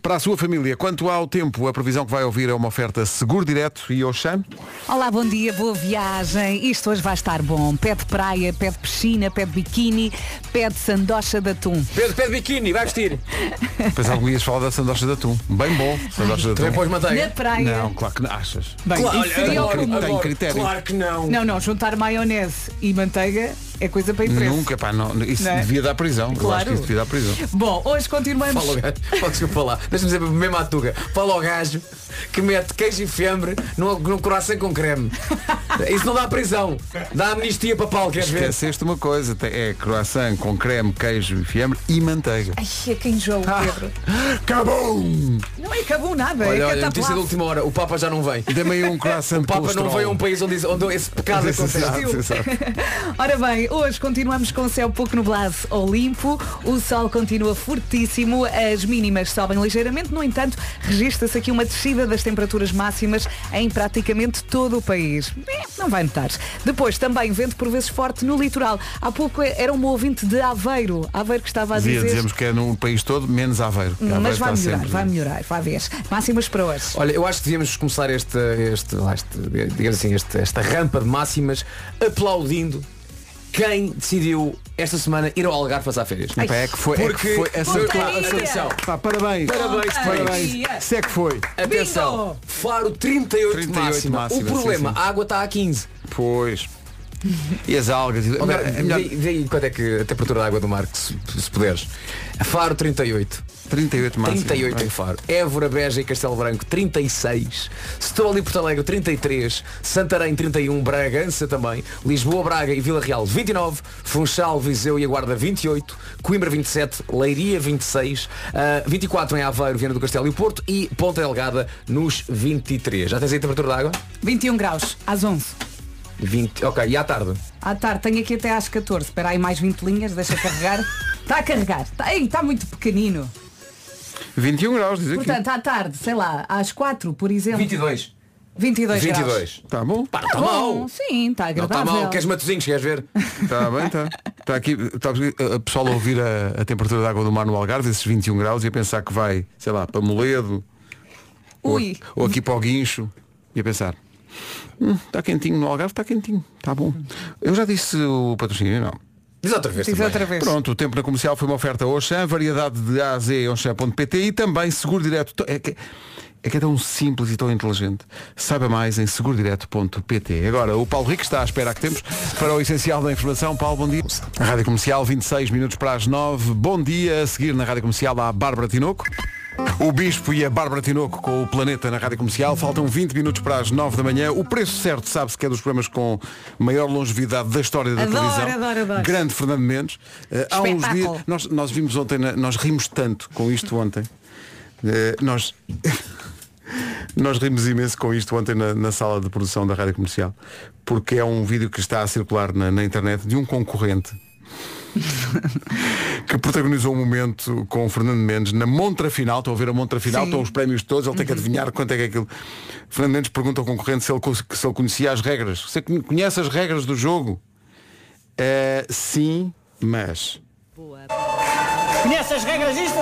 S1: Para a sua família, quanto ao tempo, a previsão que vai ouvir é uma oferta seguro direto e Oxam.
S4: Olá, bom dia, boa viagem. Isto hoje vai estar bom. Pé de praia, pé de piscina, pé de biquíni, pé de sandocha de atum.
S7: Pedro, pede biquíni, vai vestir.
S1: Depois algum ias falar da sandocha de atum. Bem bom, sandocha de atum.
S7: Também pôs manteiga?
S4: Na praia.
S1: Não, claro que não. Achas?
S4: Bem,
S7: Claro,
S4: isso seria
S7: olha,
S4: o
S7: agora,
S4: comum.
S1: tem critério.
S7: Claro que não.
S4: Não, não, juntar maionese e manteiga é coisa para impresso.
S1: Nunca, pá, não, isso
S4: Não é?
S1: devia dar prisão. Eu acho
S4: Claro.
S1: que isso devia dar prisão.
S4: Bom, hoje continuamos.
S7: Fala ao gajo, Fala, desculpa falar, deixa-me dizer mesmo à tuga, fala ao gajo que mete queijo e fiambre num, num coração com creme. Isso não dá prisão, dá amnistia para pau, queres ver?
S1: Esqueceste uma coisa, te- é croissant com creme, queijo, e fiambre e manteiga.
S4: Ai, é que enjoo, Pedro.
S1: Acabou!
S4: Não é acabou nada,
S7: Olha,
S4: é
S7: olha, notícia da
S4: cataplaf.
S7: última hora, o Papa já não vem.
S1: Também um croissant
S7: O Papa não veio a um
S1: um
S7: país onde, isso- onde esse pecado aconteceu.
S4: Ah, Ora bem, hoje continuamos com o céu pouco nublado ou limpo, o sol continua fortíssimo, as mínimas sobem ligeiramente, no entanto, registra-se aqui uma descida das temperaturas máximas em praticamente todo o país. É, não vai notar. Depois, também vento por vezes forte no litoral. Há pouco era um ouvinte de Aveiro, Aveiro que estava a
S1: Dizia,
S4: dizer...
S1: dizemos que é num país todo, menos Aveiro. Aveiro
S4: Mas
S1: está
S4: vai melhorar,
S1: sempre-
S4: vai melhorar, vai ver. Máximas para hoje.
S7: Olha, eu acho que devíamos começar este, este, lá, este digamos assim, este- esta rampa de máximas aplaudindo quem decidiu esta semana ir ao Algarve passar férias.
S1: Epá, é que foi, é que
S7: Porque
S1: foi essa
S7: foi com a
S4: Pontaria!
S7: seleção.
S1: Pá, parabéns.
S7: Parabéns,
S1: parabéns. Se é que foi.
S7: Atenção, Faro 38,
S1: 38
S7: máxima.
S1: máxima,
S7: O
S1: sim,
S7: problema,
S1: sim.
S7: a água está a 15.
S1: Pois. E as algas. e-
S7: Olha,
S1: É melhor-
S7: vê- vê aí quanto é que a temperatura da água do mar, que se, se puderes. Faro 38.
S1: 38 máximo.
S7: 38 em Faro. Évora, Beja e Castelo Branco 36. Setúbal e Porto Alegre 33. Santarém 31. Bragança também. Lisboa, Braga e Vila Real 29. Funchal, Viseu e a Guarda 28. Coimbra 27. Leiria 26. ah, 24 em Aveiro, Viana do Castelo e o Porto. E Ponta Delgada nos 23. Já tens aí a temperatura da água?
S4: 21 graus, às 11.
S7: 20. Ok, e à tarde?
S4: À tarde, tenho aqui até às 14. Espera aí, mais 20 linhas, deixa carregar. Está a carregar. Está, ei, está muito pequenino.
S1: 21 graus, diz aqui.
S4: Portanto, à tarde, sei lá, às 4, por exemplo.
S7: 22.
S4: 22, graus.
S7: 22.
S1: Está bom?
S7: Pá, não
S4: Tá
S7: está
S4: bom,
S7: mal.
S4: sim, está
S7: Não está
S4: agradável.
S7: mal. Queres matozinhos? Queres ver?
S1: Está Tá bem, está. Está aqui, está a a pessoa a ouvir a, a temperatura da água do mar no Algarve, esses 21 graus, e a pensar que vai, sei lá, para Moledo, ou,
S4: Ui.
S1: ou aqui para o Guincho, e a pensar, "Hum, está quentinho no Algarve, está quentinho, está bom. Eu já disse o patrocínio, não.
S7: Diz outra vez.
S4: Diz
S7: também.
S4: outra vez.
S1: Pronto, o tempo na comercial foi uma oferta Oxan, variedade de A a Z em Oxan.pt e também seguro direto. É que, é que é tão simples e tão inteligente. Saiba mais em segurodireto.pt. Agora, o Paulo Rico está à espera há que temos para o essencial da informação. Paulo, bom dia. A Rádio Comercial, 26 minutos para as 9. Bom dia. A seguir na Rádio Comercial há a Bárbara Tinoco. O Bispo e a Bárbara Tinoco com o Planeta na Rádio Comercial. Faltam 20 minutos para as 9 da manhã. O preço certo sabe-se que é dos programas com maior longevidade da história da
S4: Adoro,
S1: televisão.
S4: adoro, adoro.
S1: Grande Fernando Mendes. Eh, há uns
S4: Espetáculo.
S1: dias, nós, nós vimos ontem, na- nós rimos tanto com isto ontem. Eh, nós, nós rimos imenso com isto ontem na, na sala de produção da Rádio Comercial. Porque é um vídeo que está a circular na, na internet de um concorrente que protagonizou um momento com o Fernando Mendes na montra final, estão a ver a montra final, estão os prémios todos, ele tem que adivinhar quanto é que é aquilo. Fernando Mendes pergunta ao concorrente se ele, cons- se ele conhecia as regras. Você con- conhece as regras do jogo? Eh, sim, mas.
S12: Conhece as regras disto?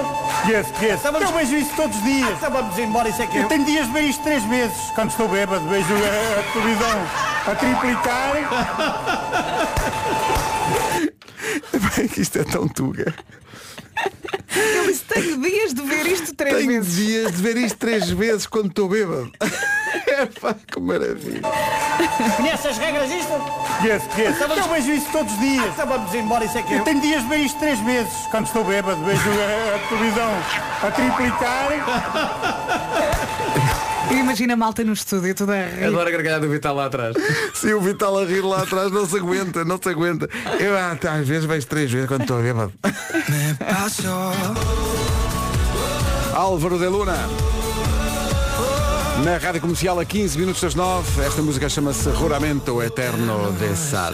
S14: Conheço, conheço.
S12: Estávamos-
S14: Eu vejo isso todos os dias.
S12: Então vamos embora, isso é que
S14: Eu
S12: eu.
S14: tenho dias de ver isto três vezes. Quando estou bêbado, vejo a, a televisão a triplicar.
S1: Bem, que isto é tão tuga.
S4: Eu disse, tenho dias de ver isto três
S1: Tenho
S4: vezes.
S1: dias de ver isto três vezes quando estou bêbado. Epá, É, que maravilha.
S12: Conhece as regras disto?
S14: Conheço,
S12: Ah,
S14: conheço. Eu vejo isso todos os dias.
S12: Então vamos embora, isso é que
S14: Eu
S12: eu.
S14: tenho dias de ver isto três vezes. Quando estou bêbado, vejo a, a televisão a triplicar.
S4: Eu imagino a malta no estúdio toda a rir.
S7: Adoro a gargalhada do Vital lá atrás.
S1: Se o Vital a rir lá atrás não se aguenta, não se aguenta. Eu ah, tá, às vezes vejo três vezes quando estou bêbado. Álvaro de Luna. Na Rádio Comercial a 15 minutos das 9, esta música chama-se Roramento Eterno de Sal.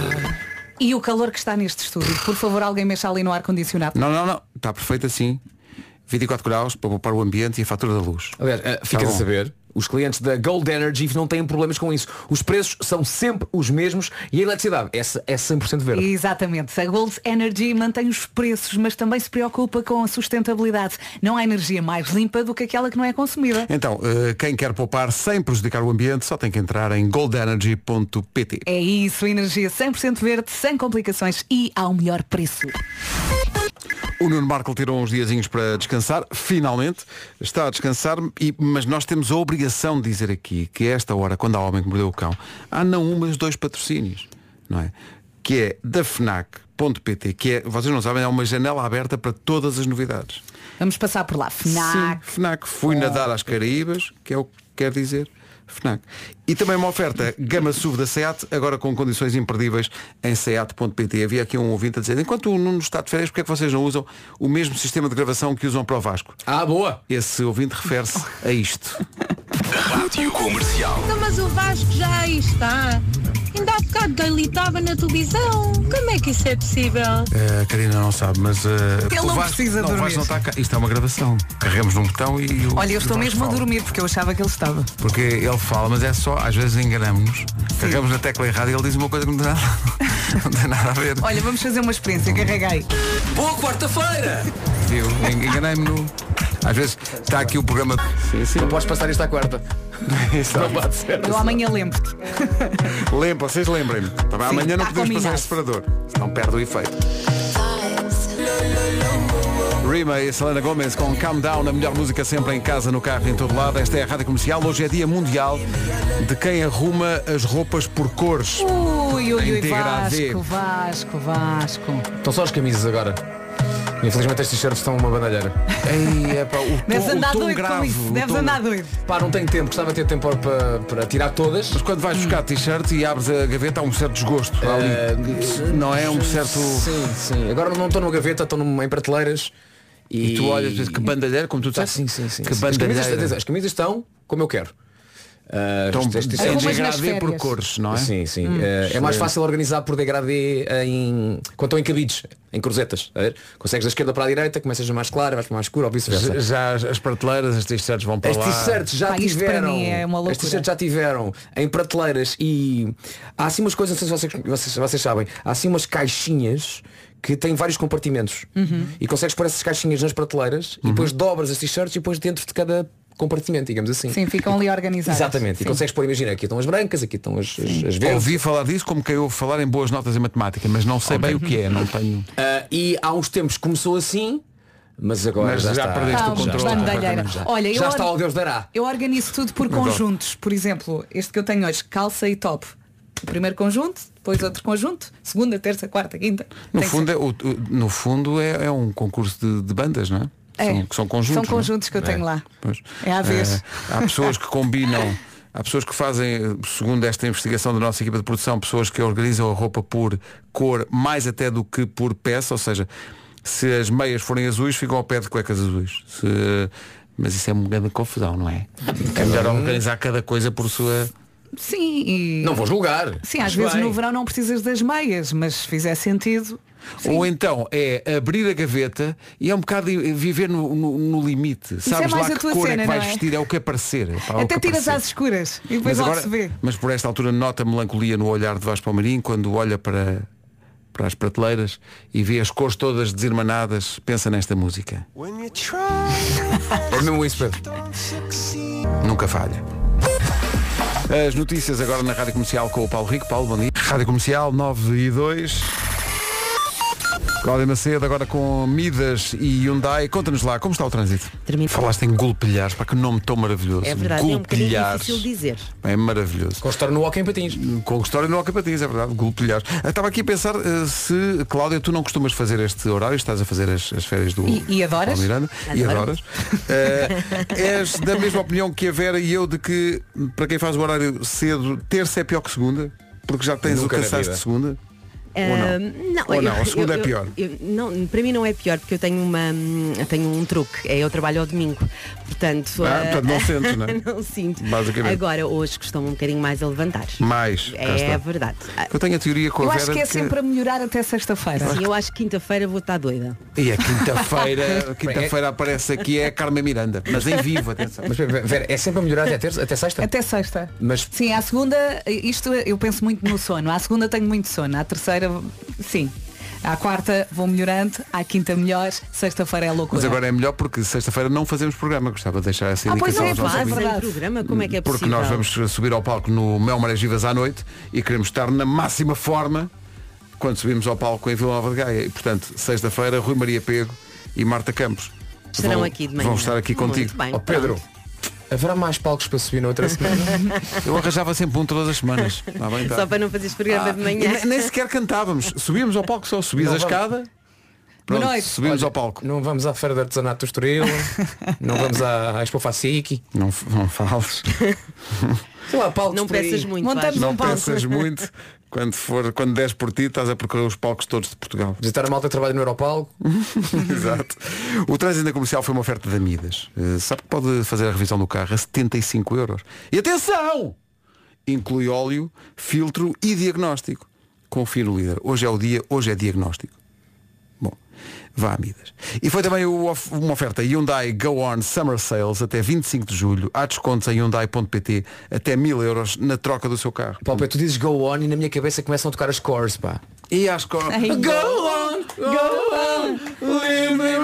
S4: E o calor que está neste estúdio. Por favor, alguém mexa ali no ar-condicionado.
S1: Não, não, não, está perfeito assim. 24 graus para poupar o ambiente e a fatura da luz.
S7: Aliás, eh, ficas
S1: Tá
S7: a
S1: bom.
S7: saber, Os clientes da Gold Energy não têm problemas com isso. Os preços são sempre os mesmos e a eletricidade é, c- é 100% verde.
S4: Exatamente. A Gold Energy mantém os preços, mas também se preocupa com a sustentabilidade. Não há energia mais limpa do que aquela que não é consumida.
S1: Então, eh, quem quer poupar sem prejudicar o ambiente só tem que entrar em goldenergy.pt.
S4: É isso, energia 100% verde, sem complicações e ao melhor preço.
S1: O Nuno Marco tirou uns diazinhos para descansar, finalmente está a descansar, e- mas nós temos a obrigação de dizer aqui que esta hora, quando há homem que mordeu o cão, há não um, mas dois patrocínios, não é? Que é da FNAC.pt, que é, vocês não sabem, é uma janela aberta para todas as novidades.
S4: Vamos passar por lá. FNAC.
S1: Sim, FNAC. Fui nadar às Caraíbas, que é o que quer dizer FNAC. E também uma oferta Gama SUV da SEAT, agora com condições imperdíveis em SEAT.pt. Havia aqui um ouvinte a dizer, enquanto o Nuno está de férias, porque é que vocês não usam o mesmo sistema de gravação que usam para o Vasco?
S7: Ah, boa!
S1: Esse ouvinte refere-se a isto.
S15: Rádio Comercial.
S6: Então, mas o Vasco já aí está. Ainda há bocado galitava na televisão. Como é que isso é possível?
S1: Eh, A Karina não sabe, mas... eh,
S4: Ele o não Vasco- precisa não, o dormir. Vasco não está
S1: Isto é uma gravação. Carregamos num botão e...
S4: Olha, eu estou mesmo a dormir porque eu achava que ele estava.
S1: Porque ele fala, mas é só, às vezes enganamos-nos. Carregamos na tecla errada e ele diz uma coisa que não tem nada, não tem nada a ver.
S4: Olha, vamos fazer uma experiência, carreguei.
S7: Boa quarta-feira!
S1: Eu enganei-me no. Às vezes está aqui o programa. Sim, sim.
S7: Não podes passar isto à quarta.
S1: Exato.
S7: Não bate certo.
S4: Eu amanhã lembro-te.
S1: Lembro, vocês lembrem-me. Tá bem?
S4: Sim,
S1: Amanhã não
S4: tá
S1: podemos passar
S4: combinado.
S1: este separador. Senão perde o efeito. Rima e Selena Gomez com Calm Down, a melhor música sempre em casa, no carro, em todo lado. Esta é a Rádio Comercial. Hoje é dia mundial de quem arruma as roupas por cores.
S4: Ui, ui,
S1: Em
S4: ui,
S1: degradê.
S4: Vasco, Vasco, Vasco.
S7: Estão só as camisas agora. Infelizmente estes shirts estão uma bandalheira. Ei, é pá, o tom,
S4: Deves andar
S7: o tom
S4: doido
S7: grave,
S4: com isso.
S7: o
S4: Deves
S7: tom-
S4: andar doido.
S7: Pá, não tenho tempo, gostava de ter tempo para, para tirar todas.
S1: Mas quando vais buscar t-shirt e abres a gaveta há um certo desgosto. Há ali. Não é um certo.
S7: Eh, Sim, sim. Agora não estou numa gaveta, estou numa- em prateleiras. E,
S1: E tu olhas e dizes, que bandalheira, como tu
S7: Tá,
S1: disseste.
S7: sim, sim, sim.
S1: Que
S7: sim. As
S1: bandalheira.
S7: camisas, atenção, as camisas estão como eu quero. Ah,
S1: Estão
S7: estes- estes-
S1: em
S7: estes-
S1: degradê por cores, não é?
S7: Sim, sim.
S1: Hum.
S7: Eh, é mais
S1: Sim.
S7: fácil organizar por degradê em. quando estão em cabides, em cruzetas. a ver? Consegues da esquerda para a direita, começas a mais clara, vais para a mais escura, ou vice-versa.
S1: Já- Já as, as prateleiras, as t-shirts vão para
S7: As
S1: lá.
S7: t-shirts já
S4: Pá, isto para
S7: tiveram.
S4: mim é uma loucura.
S7: as t-shirts já tiveram em prateleiras e há assim umas coisas, não sei se vocês, vocês, vocês sabem, há assim umas caixinhas que têm vários compartimentos.
S4: Uhum.
S7: E consegues pôr essas caixinhas nas prateleiras
S1: Uhum.
S7: e depois dobras as t-shirts e depois dentro de cada compartimento, digamos assim.
S4: Sim, ficam ali organizados.
S7: Exatamente. E
S4: Sim.
S7: consegues pôr, imagina, aqui estão as brancas, aqui estão as, as, as verdes.
S1: Ouvi falar disso como que eu falar em boas notas em matemática, mas não sei bem o que é, não tenho.
S7: Ah, e há uns tempos começou assim, mas agora
S1: Mas
S7: já,
S1: já
S7: está,
S1: perdeste
S7: já
S1: o controle
S7: está,
S4: Bandalheira.
S7: já.
S4: Olha, eu
S7: já está
S4: olho-
S7: ao Deus dará.
S4: Eu organizo tudo por
S7: Adoro.
S4: conjuntos. Por exemplo, este que eu tenho hoje, calça e top. O primeiro conjunto, depois outro conjunto, segunda, terça, quarta, quinta.
S1: No
S4: Tem que
S1: fundo, é, o- o- no fundo é, é um concurso de, de bandas, não é?
S4: É.
S1: São, que são conjuntos.
S4: São
S1: não é?
S4: conjuntos que eu tenho lá.
S1: Pois.
S4: É à vez.
S1: Eh, há pessoas que combinam, há pessoas que fazem, segundo esta investigação da nossa equipa de produção, pessoas que organizam a roupa por cor mais até do que por peça, ou seja, se as meias forem azuis, ficam ao pé de cuecas azuis. Se- Mas isso é uma grande confusão, não é? É melhor organizar cada coisa por sua.
S4: Sim, e...
S1: Não vou julgar.
S4: Sim, às
S1: Mas
S4: vezes
S1: bem.
S4: no verão não precisas das meias, mas se fizer sentido.
S1: Ou então é abrir a gaveta e é um bocado viver no, no- no limite.
S4: Isso
S1: Sabes
S4: é mais
S1: lá
S4: a
S1: que
S4: tua
S1: cor é
S4: cena,
S1: que vais
S4: não é?
S1: vestir, é o que aparecer. pá, é o
S4: Até
S1: que
S4: tiras
S1: aparecer.
S4: às escuras e depois
S1: mas,
S4: logo
S1: agora-
S4: se vê.
S1: mas por esta altura nota melancolia no olhar de Vasco Palmeirim quando olha para, para as prateleiras e vê as cores todas desirmanadas, pensa nesta música.
S7: É mesmo isso, Pedro.
S1: Nunca falha. As notícias agora na Rádio Comercial com o Paulo Rico. Paulo, bom dia. Rádio Comercial 9 e 2. Cláudia Macedo agora com Midas e Hyundai. Conta-nos lá, como está o trânsito? Falaste em golpilhares, para que nome tão maravilhoso.
S3: É verdade, é um bocadinho
S1: Golpilhares.
S3: difícil dizer.
S1: É maravilhoso. Com a história no Walk em Patins. Com a história no Walk em Patins, é verdade. Golpilhares. Eu Estava aqui a pensar eh, se, Cláudia, tu não costumas fazer este horário, estás a fazer as, as férias do
S4: E- e adoras?
S1: Paulo Miranda. E
S4: Adoro.
S1: adoras. Eh, és da mesma opinião que a Vera e eu de que, para quem faz o horário cedo, terça é pior que segunda, porque já tens
S7: Nunca
S1: o
S7: na
S1: cansaço
S7: vida.
S1: de segunda.
S8: Eh,
S3: Ah,
S1: não? Ou não? A segunda é pior.
S3: eu- não, para mim não é pior, porque eu tenho, uma,
S8: hum,
S3: eu tenho um truque. É eu trabalho ao domingo. Portanto,
S8: eh,
S1: Ah,
S3: ah,
S1: portanto, não sentes, não é?
S3: não sinto.
S1: Basicamente.
S3: Agora, hoje costumo um bocadinho mais a levantar.
S1: Mais. cá
S3: É
S1: está.
S3: verdade.
S1: Eu tenho a teoria com a
S4: Eu
S1: Vera
S4: acho que é
S1: de que-
S4: sempre a melhorar até sexta-feira.
S3: Sim, eu acho que quinta-feira vou estar doida.
S1: E a
S7: é-
S1: quinta-feira, quinta-feira aparece aqui é a Carmen Miranda, mas em vivo, atenção.
S7: Mas espera, Vera, é sempre a melhorar até, terça, até sexta?
S4: Até sexta.
S7: Mas
S4: Sim, à segunda, isto eu penso muito no sono. À segunda tenho muito sono. À terceira, sim. À quarta vou melhorando. À quinta melhor. Sexta-feira é loucura.
S1: Mas agora é melhor porque sexta-feira não fazemos programa, gostava de deixar essa
S4: Ah, pois
S1: indicação
S4: não,
S1: aos
S4: é
S1: nossos
S4: verdade,
S1: ouvintes.
S4: é verdade.
S3: Programa, como é que é
S1: Porque
S3: possível?
S1: nós vamos subir ao palco no Mel Marés Vivas à noite e queremos estar na máxima forma quando subimos ao palco em Vila Nova de Gaia. E portanto, sexta-feira, Rui Maria Pego e Marta Campos.
S3: Estarão
S1: vão,
S3: aqui de manhã.
S1: Vão estar aqui
S3: Muito
S1: contigo.
S3: bem,
S1: Ó, Pedro,
S7: haverá mais palcos para subir na outra semana?
S1: eu arranjava sempre um todas as semanas. Está bem, tá.
S3: Só para não fazeres programa
S1: Ah,
S3: de manhã.
S1: e Nem, nem sequer cantávamos. Subíamos ao palco só, subias
S7: Não
S1: a
S7: vamos.
S1: escada. Pronto,
S7: noite.
S1: subimos ao palco.
S7: Não vamos à Feira de Artesanato do Estoril, não vamos à, à Expo Facique.
S1: Não, f- não fales.
S7: Sei lá, palcos
S3: Não
S7: por aí.
S3: peças muito, Vasco.
S4: um
S1: não pensas muito quando for quando des por ti estás a procurar os palcos todos de Portugal
S7: Visitar a malta que trabalha no Europalco.
S1: exato o trânsito na comercial foi uma oferta da Midas Eh, sabe que pode fazer a revisão do carro a 75 euros e atenção inclui óleo filtro e diagnóstico confie no líder hoje é o dia hoje é diagnóstico Bom, vá a Midas. E foi também o of- uma oferta Hyundai Go On Summer Sales até 25 de julho. Há descontos em Hyundai.pt até 1000 euros na troca do seu carro.
S7: Pá, é tu dizes go on e na minha cabeça começam a tocar as cores, pá.
S1: E às cores.
S7: Ai,
S1: Go on, go on, leave me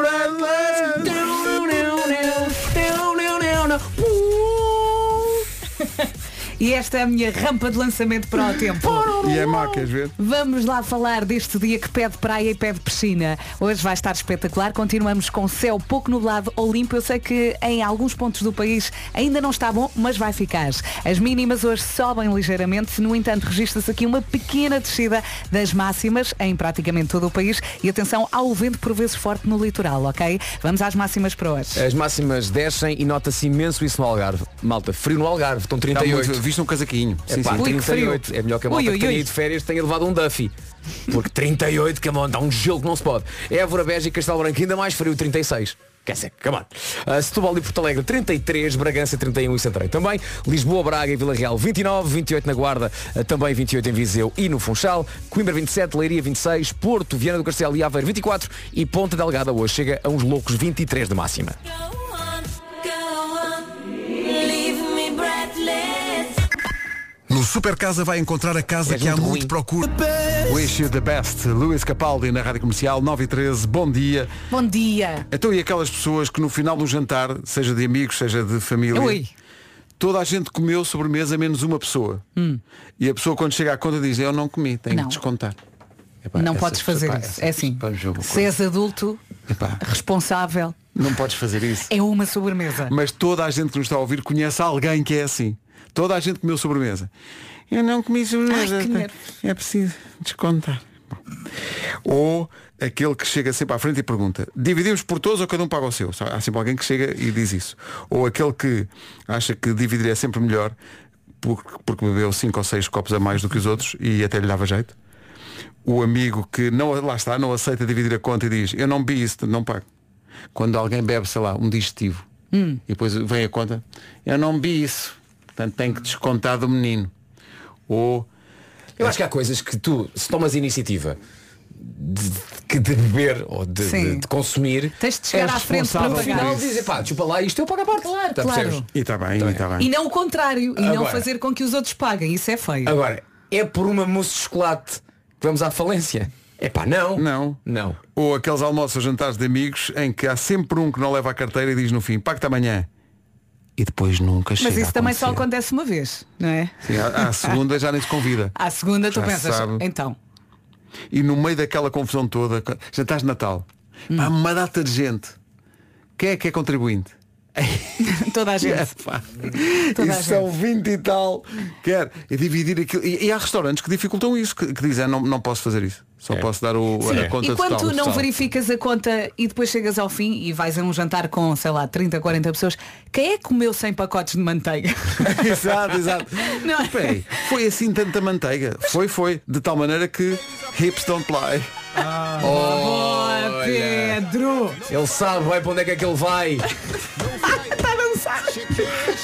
S4: E esta é a minha rampa de lançamento para o tempo.
S1: E é má, queres ver?
S4: Vamos lá falar deste dia que pede praia e pede piscina. Hoje vai estar espetacular. Continuamos com céu pouco nublado ou limpo. Eu sei que em alguns pontos do país ainda não está bom, mas vai ficar. As mínimas hoje sobem ligeiramente. No entanto, registra-se aqui uma pequena descida das máximas em praticamente todo o país. E atenção ao vento por vezes forte no litoral, ok? Vamos às máximas para
S1: É.
S4: hoje.
S7: As máximas descem e nota-se imenso isso no Algarve. Malta, frio no Algarve, estão 38.
S1: Está muito- viste um casaquinho. Sim,
S7: Epá,
S1: sim. Ui, que frio.
S7: 38. É melhor que a malta
S1: Ui, ui,
S7: que tenha
S1: ui.
S7: ido de férias tenha levado um Duffy. Porque 38, que on, dá um gelo que não se pode. Évora, Beja e Castelo Branco, ainda mais frio, 36. Quer dizer, come on. Ah, Setúbal e Porto Alegre, 33, Bragança, 31 e Santarém também. Lisboa, Braga e Vila Real, 29, 28 na Guarda, ah, também 28 em Viseu e no Funchal. Coimbra, 27, Leiria, 26, Porto, Viana do Castelo e Aveiro, 24. E Ponta Delgada hoje chega a uns loucos 23 de máxima.
S1: No Super Casa vai encontrar a casa que há muito, procura. Wish you the best. Luís Capaldi na Rádio Comercial 9 e 13. Bom dia.
S4: Bom dia.
S1: Então e aquelas pessoas que no final do jantar, seja de amigos, seja de família,
S4: Ui.
S1: toda a gente comeu sobremesa menos uma pessoa. E a pessoa quando chega à conta diz, eu não comi, tenho
S4: Hum. Não.
S1: que descontar. Epá,
S4: Não
S1: essa-
S4: podes fazer
S1: epá,
S4: isso.
S1: essa-
S4: É assim.
S1: vamos ver uma
S4: Se
S1: coisa.
S4: és adulto,
S1: Epá,
S4: responsável,
S1: não podes fazer isso.
S4: é uma sobremesa.
S1: Mas toda a gente que nos está a ouvir conhece alguém que é assim. Toda a gente comeu sobremesa. Eu não comi sobremesa.
S10: Ai, que nervos.
S1: é preciso descontar. Bom. Ou aquele que chega sempre à frente e pergunta, dividimos por todos ou cada um paga o seu? Há sempre alguém que chega e diz isso. Ou aquele que acha que dividir é sempre melhor porque, porque bebeu cinco ou seis copos a mais do que os outros e até lhe dava jeito. O amigo que não, lá está, não aceita dividir a conta e diz, eu não bebi isso, não pago. Quando alguém bebe, sei lá, um digestivo
S10: Hum.
S1: e depois vem a conta, eu não vi isso. Portanto, tenho que descontar do menino. Ou.
S7: Eu acho que há coisas que tu, se tomas iniciativa de, de- de beber ou de,
S1: Sim.
S7: de- de consumir,
S4: Tens de chegar
S7: és
S4: à frente para
S7: responsável
S4: pagar.
S7: No final dizes, pá, chupa lá isto, eu pago a parte. Tá, Claro,
S4: claro.
S1: E está Tá bem, e está bem.
S4: E não o contrário, e não
S7: Agora.
S4: fazer com que os outros paguem, isso é feio.
S7: Agora, é por uma mousse de chocolate que vamos à falência. É pá, não.
S1: Não.
S7: Não.
S1: Ou aqueles almoços ou jantares de amigos em que há sempre um que não leva a carteira e diz no fim, pacta amanhã. E depois nunca chega.
S4: Mas isso
S1: a
S4: também
S1: acontecer.
S4: só acontece uma vez, não é?
S1: Sim, à, à segunda já nem se convida.
S4: À segunda tu
S1: Já
S4: pensas,
S1: sabe.
S4: então,
S1: E no meio daquela confusão Hum. toda, jantares de Natal, há uma data de gente. Quem é que é contribuinte?
S4: Toda a gente. Toda
S1: e
S4: a gente.
S1: são 20 e tal. Quer e dividir aquilo. E, e há restaurantes que dificultam isso, que, que dizem, "Ah, não, não posso fazer isso. Só posso dar o,
S4: Sim.
S1: a conta
S4: e quando
S1: total.
S4: tu não verificas a conta e depois chegas ao fim e vais a um jantar com, sei lá, 30, 40 pessoas, quem é que comeu 100 pacotes de manteiga?
S1: exato, exato.
S4: Não é?
S1: Espera aí, foi assim tanta manteiga. Foi, foi. De tal maneira que hips don't lie.
S7: Olha.
S4: Oh, Pedro!
S7: Ele sabe bem para onde é que é que ele vai.
S4: Está a dançar!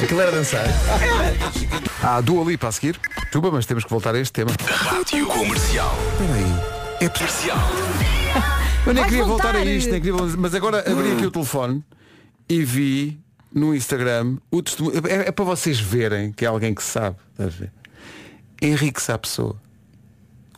S7: Aquilo era dançar.
S1: Há a Dua Lipa a seguir. Tuba, mas temos que voltar a este tema.
S15: Rádio Comercial.
S1: Peraí. É
S15: Comercial.
S1: Eu nem
S15: Vai
S1: queria
S15: voltar.
S1: voltar, a isto, nem queria voltar- mas agora abri aqui o telefone e vi no Instagram o testemunho. É, é para vocês verem que é alguém que sabe. Estás a ver? Henrique Sapessoa.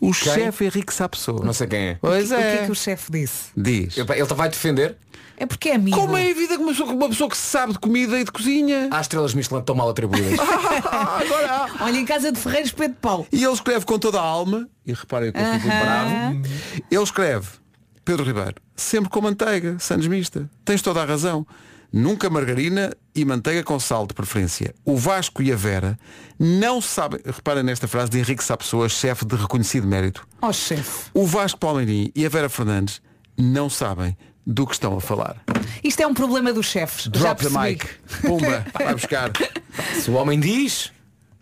S1: O chefe Henrique Sapessoa.
S7: Não sei quem é.
S1: Pois
S4: O que
S1: é.
S4: é que o chefe disse?
S1: Diz.
S7: Ele vai defender?
S4: É porque é amigo.
S1: Como é a vida que uma pessoa, uma pessoa que sabe de comida e de cozinha?
S7: Há estrelas Michelin tão mal atribuídas.
S1: Ah, Agora
S4: Olha, em casa de Ferreiros, Pedro Pau.
S1: E ele escreve com toda a alma, e reparem que eu fico
S4: Aham.
S1: bravo, ele escreve, Pedro Ribeiro, sempre com manteiga, sandes mista, tens toda a razão. Nunca margarina e manteiga com sal de preferência. O Vasco e a Vera não sabem, reparem nesta frase de Henrique Sapessoa, chefe de reconhecido mérito.
S4: Ó chefe.
S1: O Vasco Palmeirim e a Vera Fernandes não sabem do que estão a falar.
S4: Isto é um problema dos chefes. já
S1: Drop the
S4: percebi.
S1: mic. Pumba, vai buscar.
S7: Se o homem diz.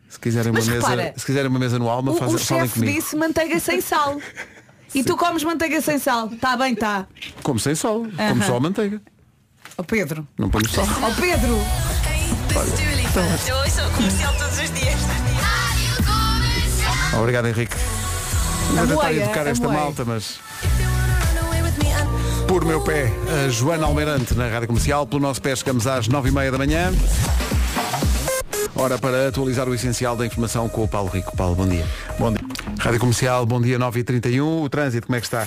S1: Se quiserem uma,
S4: Mas
S1: mesa,
S4: repara,
S1: se quiserem uma mesa no alma,
S4: O,
S1: fazem,
S4: o
S1: falem
S4: chefe
S1: comigo.
S4: disse manteiga sem sal. E tu comes manteiga sem sal. Está bem, está.
S1: Como sem sal, como
S4: Aham.
S1: só a manteiga.
S4: Ó Pedro.
S1: Não ponho sal.
S4: Ó Pedro.
S16: Eu ouço o comercial todos os dias.
S1: Obrigado, Henrique. Vou tentar
S16: Amoei,
S1: educar
S16: eh?
S1: esta
S16: Amoei.
S1: malta, mas. Por meu pé, a Joana Almeirante na Rádio Comercial. Pelo nosso pé chegamos às 9h30 da manhã. Ora, para atualizar o essencial da informação com o Paulo Rico. Paulo, bom dia. Bom dia. Rádio Comercial, bom dia, 9h31. O trânsito, como é que está?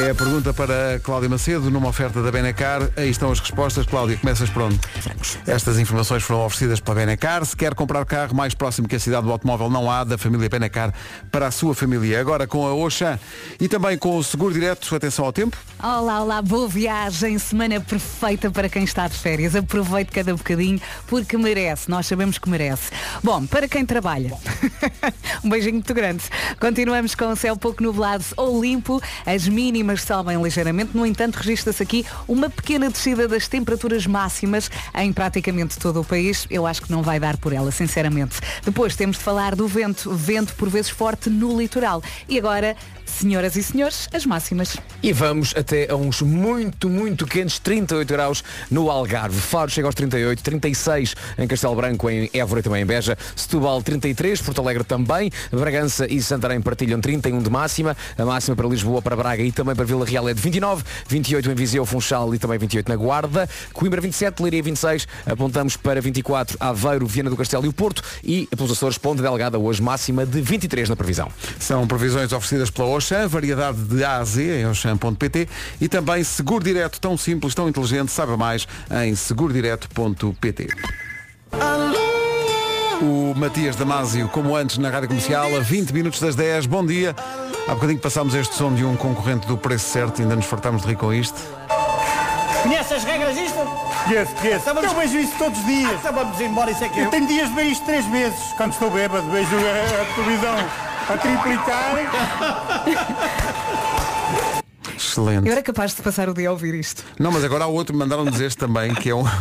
S1: É a pergunta para a Cláudia Macedo, numa oferta da Benacar. Aí estão as respostas. Cláudia, começas por onde? Estas informações foram oferecidas pela Benacar. Se quer comprar carro mais próximo que a cidade do automóvel, não há da família Benacar para a sua família. Agora com a Oxan e também com o Seguro Direto, atenção ao tempo.
S4: Olá, olá, boa viagem, semana perfeita para quem está de férias. Aproveite cada bocadinho porque merece, nós sabemos que merece. Bom, para quem trabalha, um beijinho muito grande. Continuamos com o céu pouco nublado ou limpo, as mínimas sobem ligeiramente, no entanto, registra-se aqui uma pequena descida das temperaturas máximas em praticamente todo o país. Eu acho que não vai dar por ela, sinceramente. Depois temos de falar do vento, vento por vezes forte no litoral. E agora, senhoras e senhores, as máximas.
S7: E vamos até a uns muito, muito quentes 38 graus no Algarve. Faro chega aos 38, 36 em Castelo Branco, em Évora e também em Beja. Setúbal 33, Porto Alegre também. Bragança e Santarém partilham 31 de máxima. A máxima para Lisboa, para Braga e também para Vila Real é de 29, 28 em Viseu, Funchal e também 28 na Guarda. Coimbra 27, Leiria 26, apontamos para 24 Aveiro, Viana do Castelo e o Porto. E pelos Açores, Ponte Delgada hoje máxima de 23 na previsão.
S1: São previsões oferecidas pela Oxan, variedade de A a Z em oxan.pt e também Seguro Direto, tão simples, tão inteligente, saiba mais em segurodireto.pt. O Matias Damasio, como antes na Rádio Comercial, a 20 minutos das 10, bom dia. Há bocadinho passámos este som de um concorrente do preço certo, ainda nos fartámos de rir com isto.
S12: Conhece as regras isto?
S14: Yes, yes.
S12: Ah,
S14: Eu vejo isso todos os dias.
S12: Então vamos embora, isso é que
S14: Eu
S12: eu.
S14: tenho dias de ver isto três vezes. Quando estou bêbado, vejo a, a televisão a triplicar.
S1: Excelente.
S4: Eu era capaz de passar o dia a ouvir isto.
S1: Não, mas agora há outro, mandaram-nos este também, que é um.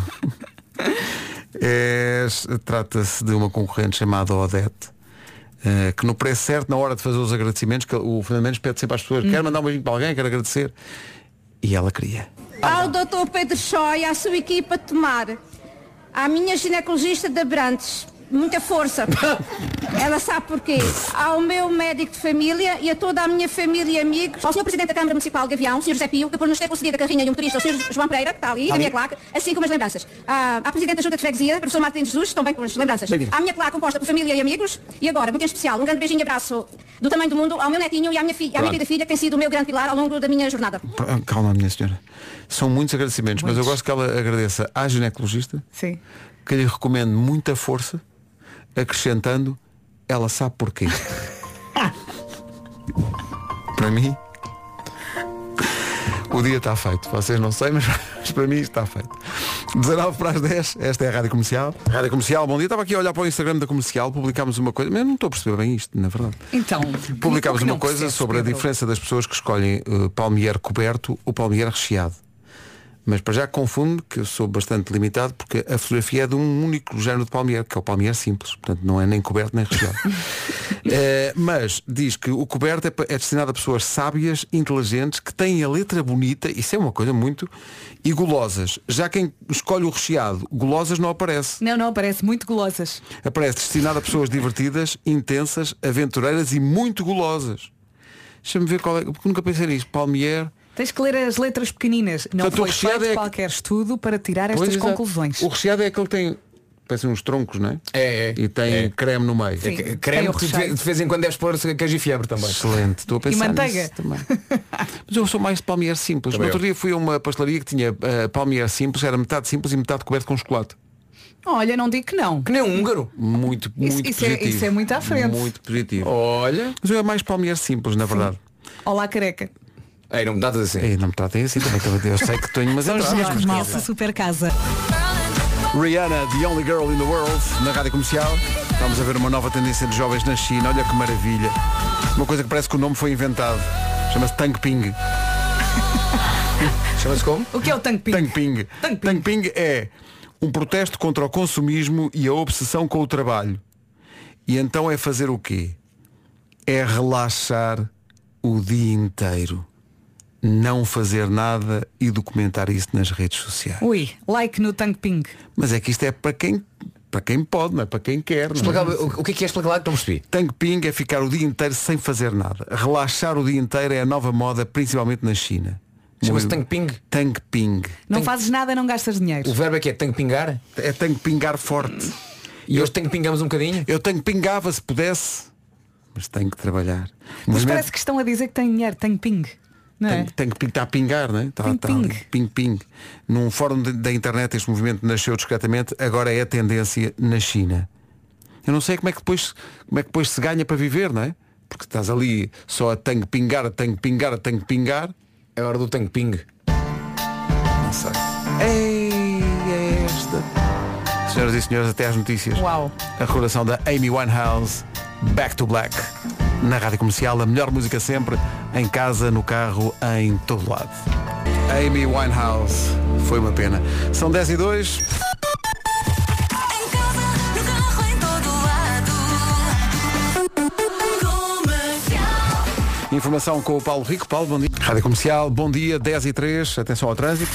S1: É, Trata-se de uma concorrente chamada Odete. eh, que no preço certo, na hora de fazer os agradecimentos, que o Fernando Mendes pede sempre às pessoas, quer mandar um beijinho para alguém, quer agradecer. E ela queria.
S17: Ao Dr. Pedro Chó e à sua equipa de tomar. À minha ginecologista de Abrantes. Muita força. Ela sabe porquê. Ao meu médico de família e a toda a minha família e amigos. Ao Sr. Presidente da Câmara Municipal Gavião, Sr. José Pio, que por nos ter concedido a carrinha e um turista, ao Sr. João Pereira, que está ali, da minha claque, assim como as lembranças. Ah, À, à Presidente da Junta de Freguesia, Professor Martins Jesus, também com as lembranças. À minha claque, composta por família e amigos. E agora, muito em especial, um grande beijinho e abraço do tamanho do mundo ao meu netinho e à minha filha, à minha
S1: Pronto.
S17: querida filha, que tem sido o meu grande pilar ao longo da minha jornada.
S1: Pá, Calma, minha senhora. São muitos agradecimentos, mas eu gosto que ela agradeça à ginecologista,
S4: Sim.
S1: que lhe recomendo muita força, acrescentando, ela sabe porquê. Para mim. O dia está feito. Vocês não sei, mas, mas para mim está feito. 19 para as 10, esta é a Rádio Comercial. Rádio Comercial, bom dia. Estava aqui a olhar para o Instagram da Comercial, publicámos uma coisa, mas eu não estou a perceber bem isto, na verdade.
S4: Então,
S1: Publicámos
S4: o que não
S1: uma coisa
S4: percebes,
S1: sobre a
S4: Pedro?
S1: diferença das pessoas que escolhem eh, palmier coberto ou palmier recheado. Mas para já confundo que eu sou bastante limitado porque a fotografia é de um único género de palmier, que é o palmier simples. Portanto, não é nem coberto nem recheado. Eh, mas diz que o coberto é, pa- é destinado a pessoas sábias, inteligentes, que têm a letra bonita, isso é uma coisa muito, e golosas. Já quem escolhe o recheado, golosas não aparece.
S4: Não, não, parece muito golosas.
S1: Aparece destinado a pessoas divertidas, intensas, aventureiras e muito golosas. Deixa-me ver qual é. Porque nunca pensei nisso. Palmier.
S4: Tens que ler as letras pequeninas. Não
S1: Portanto, o
S4: foi
S1: recheado
S4: feito
S1: é que-
S4: qualquer estudo para tirar
S1: Pois,
S4: estas
S1: exato.
S4: conclusões.
S1: O recheado é aquele que tem. Parecem uns troncos, não é?
S7: É, é.
S1: E tem
S7: É.
S1: creme no meio.
S7: É que- Creme que de de vez em quando deves pôr queijo e fiebre também.
S1: Excelente, estou a pensar
S7: manteiga.
S1: nisso também. Mas eu sou mais de palmier simples.
S7: Também
S1: no outro dia fui a uma pastelaria que tinha eh, palmier simples, era metade simples e metade coberto com chocolate.
S4: Olha, não digo que não.
S7: Que nem um húngaro.
S1: Muito,
S4: Isso-
S1: muito
S4: isso é-
S1: positivo.
S4: isso é muito à frente.
S1: Muito positivo.
S7: Oh. Olha.
S1: Mas eu é mais palmier simples, na verdade.
S4: Olá, careca.
S7: Ei, não me tratas
S4: É.
S7: assim.
S1: Ei, não me tratem assim, também que eu- eu sei que tenho, mas é
S4: Os
S1: verdade.
S4: nossos nossa super casa.
S1: Rihanna, the only girl in the world, na rádio comercial. Estamos a ver uma nova tendência de jovens na China, olha que maravilha. Uma coisa que parece que o nome foi inventado. Chama-se Tang Ping.
S7: Chama-se como?
S4: O que é o Tang Ping?
S1: Tang Ping. Tang Ping é um protesto contra o consumismo e a obsessão com o trabalho. E então é fazer o quê? É relaxar o dia inteiro. Não fazer nada e documentar isso nas redes sociais.
S4: Ui, like no Tang Ping.
S1: Mas é que isto é para quem, para quem pode, não é? Para quem quer. Não
S7: Explica-
S1: é?
S7: o- o que é que é explicar lá que não percebi?
S1: Tang Ping é ficar o dia inteiro sem fazer nada. Relaxar o dia inteiro é a nova moda, principalmente na China.
S7: Chama-se
S1: Movi-
S7: Tang Ping?
S1: Tang Ping.
S4: Não fazes nada, não gastas dinheiro.
S7: O verbo é que é tenho que pingar?
S1: É tenho que pingar forte.
S7: E hoje tenho que pingamos um bocadinho?
S1: Eu tenho que pingava se pudesse, mas tenho que trabalhar. O
S4: Mas
S1: movimento
S4: parece que estão a dizer que tem dinheiro, Tang Ping. Não é?
S1: Tem, tem que pintar a pingar, não é? Tá,
S4: Ping,
S1: tá ali, ping, ping. Num fórum de- da internet este movimento nasceu discretamente, agora é a tendência na China. Eu não sei como é que depois, como é que depois se ganha para viver, não é? Porque estás ali só a tenho que pingar, a tenho que pingar, a tenho que pingar.
S7: É hora do tenho ping.
S1: Não sei. Ei, é esta. Senhoras e senhores, até às notícias.
S4: Uau.
S1: A recordação da Amy Winehouse, Back to Black. Na rádio comercial, a melhor música sempre, em casa, no carro, em todo lado. Amy Winehouse, foi uma pena. São 10 e 2. Informação com o Paulo Rico. Paulo, bom dia. Rádio Comercial, bom dia, 10 e 3. Atenção ao trânsito.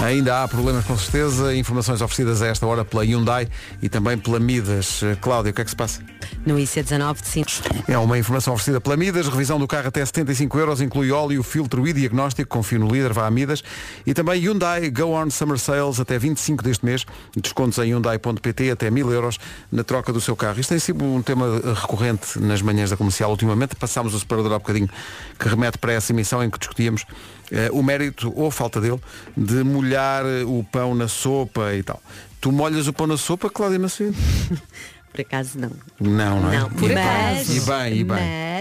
S1: Ainda há problemas com certeza. Informações oferecidas a esta hora pela Hyundai e também pela Midas. Eh, Cláudio, o que é que se passa?
S3: No IC19 de 5.
S1: É uma informação oferecida pela Midas, revisão do carro até 75 euros, inclui óleo, filtro e diagnóstico, confio no líder, vá a Midas. E também Hyundai Go On Summer Sales até 25 deste mês, descontos em Hyundai.pt até 1000 euros na troca do seu carro. Isto tem sido um tema eh, recorrente nas manhãs da comercial ultimamente, passámos o separador há bocadinho que remete para essa emissão em que discutíamos eh, o mérito, ou a falta dele, de molhar eh, o pão na sopa e tal. Tu molhas o pão na sopa, Cláudia Macedo?
S3: Por acaso não.
S1: Não, não é?
S3: Não,
S1: e,
S3: mas,
S1: bem, e bem, e bem.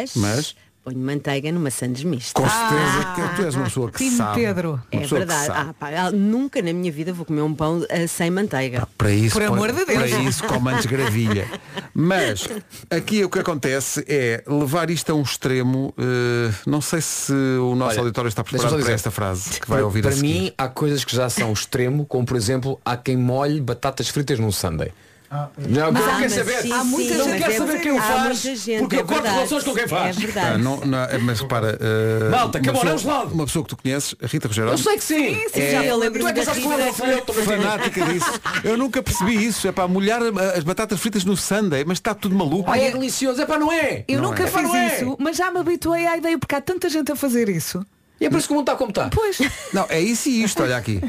S3: Mas,
S1: Mas?
S3: ponho manteiga numa sandes mista.
S1: Com certeza que tu és uma pessoa que
S3: Time
S1: sabe. Uma
S3: É
S1: pessoa que
S3: verdade.
S1: sabe.
S3: Ah, pá, ah, nunca na minha vida vou comer um pão ah, sem manteiga.
S1: É Para isso,
S3: Por
S1: põe-
S3: amor de Deus.
S1: Para isso com antes gravilha. Mas aqui o que acontece é levar isto a um extremo. eh, não sei se o nosso
S7: Olha,
S1: auditório está
S7: deixa-me só
S1: preparado para
S7: dizer.
S1: esta frase que vai
S7: Para-
S1: ouvir a
S7: Para
S1: seguir.
S7: mim há coisas que já são extremo, como por exemplo, há quem molhe batatas fritas num sundae. Não,
S1: Mas
S7: não
S1: há-
S7: quero
S1: Ah, mas
S7: saber,
S1: sim,
S7: não
S1: sim,
S7: quero
S1: mas é
S7: saber quem o
S1: verdade. Há
S7: faz,
S1: muita gente,
S7: porque
S1: é
S7: eu corto
S1: verdade.
S7: relações com quem faz.
S1: É Ah, não, não, é, mas repara, eh,
S7: Malta,
S1: uma,
S7: camarão
S1: pessoa,
S7: um gelado.
S1: uma pessoa que tu conheces, a Rita Rogeroni
S7: Eu sei que sim. Sim, sim, já me lembro Tu é que da sabes como Rita. ela foi, eu também tenho.
S1: fanática disso. Eu nunca percebi isso. É para molhar eh, as batatas fritas no sundae, mas está tudo maluco.
S7: Ai, é delicioso, é para não é?
S4: Eu
S1: Não
S4: nunca
S1: é.
S4: fiz
S1: Não é.
S4: isso, mas já me habituei à ideia porque há tanta gente a fazer isso.
S7: E é por isso que o mundo está como está.
S4: Pois.
S1: Não, é isso e isto, olha aqui.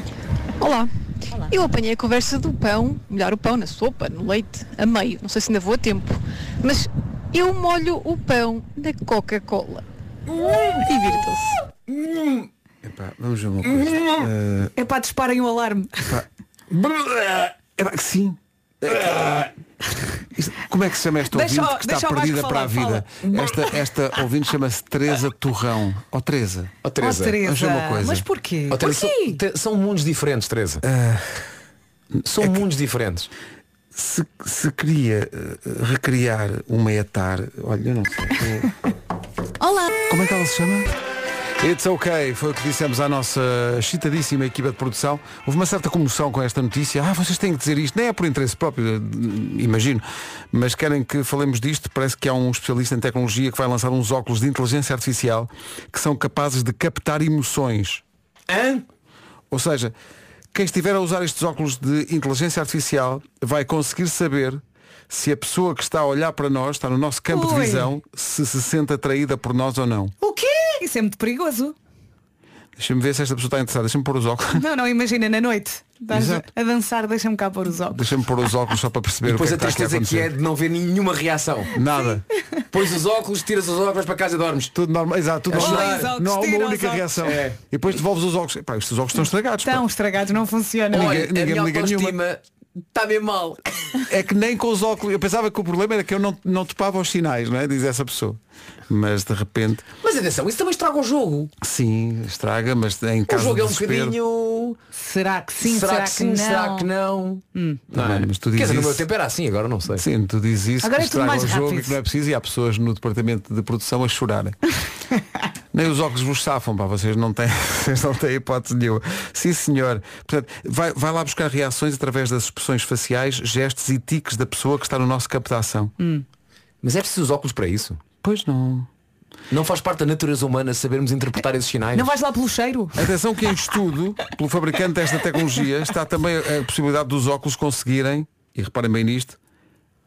S18: Olá. Eu apanhei né? a conversa do pão, molhar o pão na sopa, no leite, a meio, não sei se ainda vou a tempo, mas eu molho o pão da Coca-Cola. Divirtam-se.
S1: Epá, vamos ver uma coisa. Eh,
S4: É para disparem o alarme.
S1: É pá, que sim. É. Como é que se chama esta
S4: Deixa
S1: ouvinte
S4: o-
S1: que está
S4: deixa o Vasco
S1: perdida
S4: falar,
S1: para a vida?
S4: fala.
S1: Esta, esta ouvinte chama-se Teresa Torrão. Ó Teresa.
S7: Ó Oh, Teresa. Ó, Teresa.
S1: Vamos ver uma coisa.
S4: Oh, Mas porquê?
S7: Ó, Oh, Teresa, são- te- São mundos diferentes, Teresa. São mundos diferentes.
S1: Se, se queria eh, recriar uma etar, olha, eu não sei.
S19: Olá!
S1: Como é que ela se chama? It's okay, foi o que dissemos à nossa excitadíssima equipa de produção. Houve uma certa comoção com esta notícia. Ah, vocês têm que dizer isto, nem é por interesse próprio, eh, imagino, mas querem que falemos disto. Parece que há um especialista em tecnologia que vai lançar uns óculos de inteligência artificial que são capazes de captar emoções. Hã? Ou seja, quem estiver a usar estes óculos de inteligência artificial vai conseguir saber se a pessoa que está a olhar para nós, está no nosso campo de
S4: Ui.
S1: visão, se se sente atraída por nós ou não.
S4: O quê? Isso é muito perigoso.
S1: Deixa-me ver se esta pessoa está interessada. Deixa-me pôr os óculos.
S4: Não, não, imagina, na noite. Estás
S1: Exato.
S4: a dançar, deixa-me cá pôr os óculos.
S1: Deixa-me pôr os óculos só para perceber
S7: Depois
S1: o
S7: a
S1: que é que está aqui
S7: tristeza
S1: a
S7: que é
S1: acontecer.
S7: de não ver nenhuma reação.
S1: Nada.
S7: Pões os óculos, tiras os óculos para casa e dormes.
S1: Tudo normal, exato, tudo
S7: É
S1: normal.
S7: chorar.
S1: Não, há uma única reação.
S7: É.
S1: E depois devolves os óculos. Epá, estes óculos estão estragados. pá.
S4: Estão estragados, não funciona.
S1: Ninguém- Olha, a ninguém me minha liga nenhuma.
S7: Está bem mal.
S1: É que nem com os óculos. Eu pensava que o problema era que eu não, não topava os sinais, não é? Diz essa pessoa. Mas de repente,
S7: Mas atenção, isso também estraga o jogo.
S1: sim, estraga, mas em
S7: O
S1: caso
S7: jogo
S1: de
S7: é um
S1: desespero-
S7: bocadinho.
S4: Será que sim? Será
S7: Será, que
S4: que
S7: sim?
S4: não?
S7: Será que não? Hum.
S1: Tá bem, mas tu
S7: Quer
S1: dizes
S7: dizer, no meu
S1: isso-
S7: tempo era assim, agora não sei.
S1: Sim, tu dizes isso,
S7: Agora é tudo
S1: estraga
S7: mais
S1: o jogo
S7: rápido.
S1: e que não é preciso e há pessoas no departamento de produção a chorarem. Nem os óculos vos safam, pá, vocês não têm, vocês não têm hipótese nenhuma. Sim, senhor. Portanto, vai, vai lá buscar reações através das expressões faciais, gestos e tiques da pessoa que está no nosso campo de ação.
S7: Mas é preciso os óculos para isso?
S1: Pois não.
S7: Não faz parte da natureza humana sabermos interpretar esses sinais.
S4: Não vais lá pelo cheiro?
S1: Atenção que em estudo, pelo fabricante desta tecnologia, está também a possibilidade dos óculos conseguirem, e reparem bem nisto,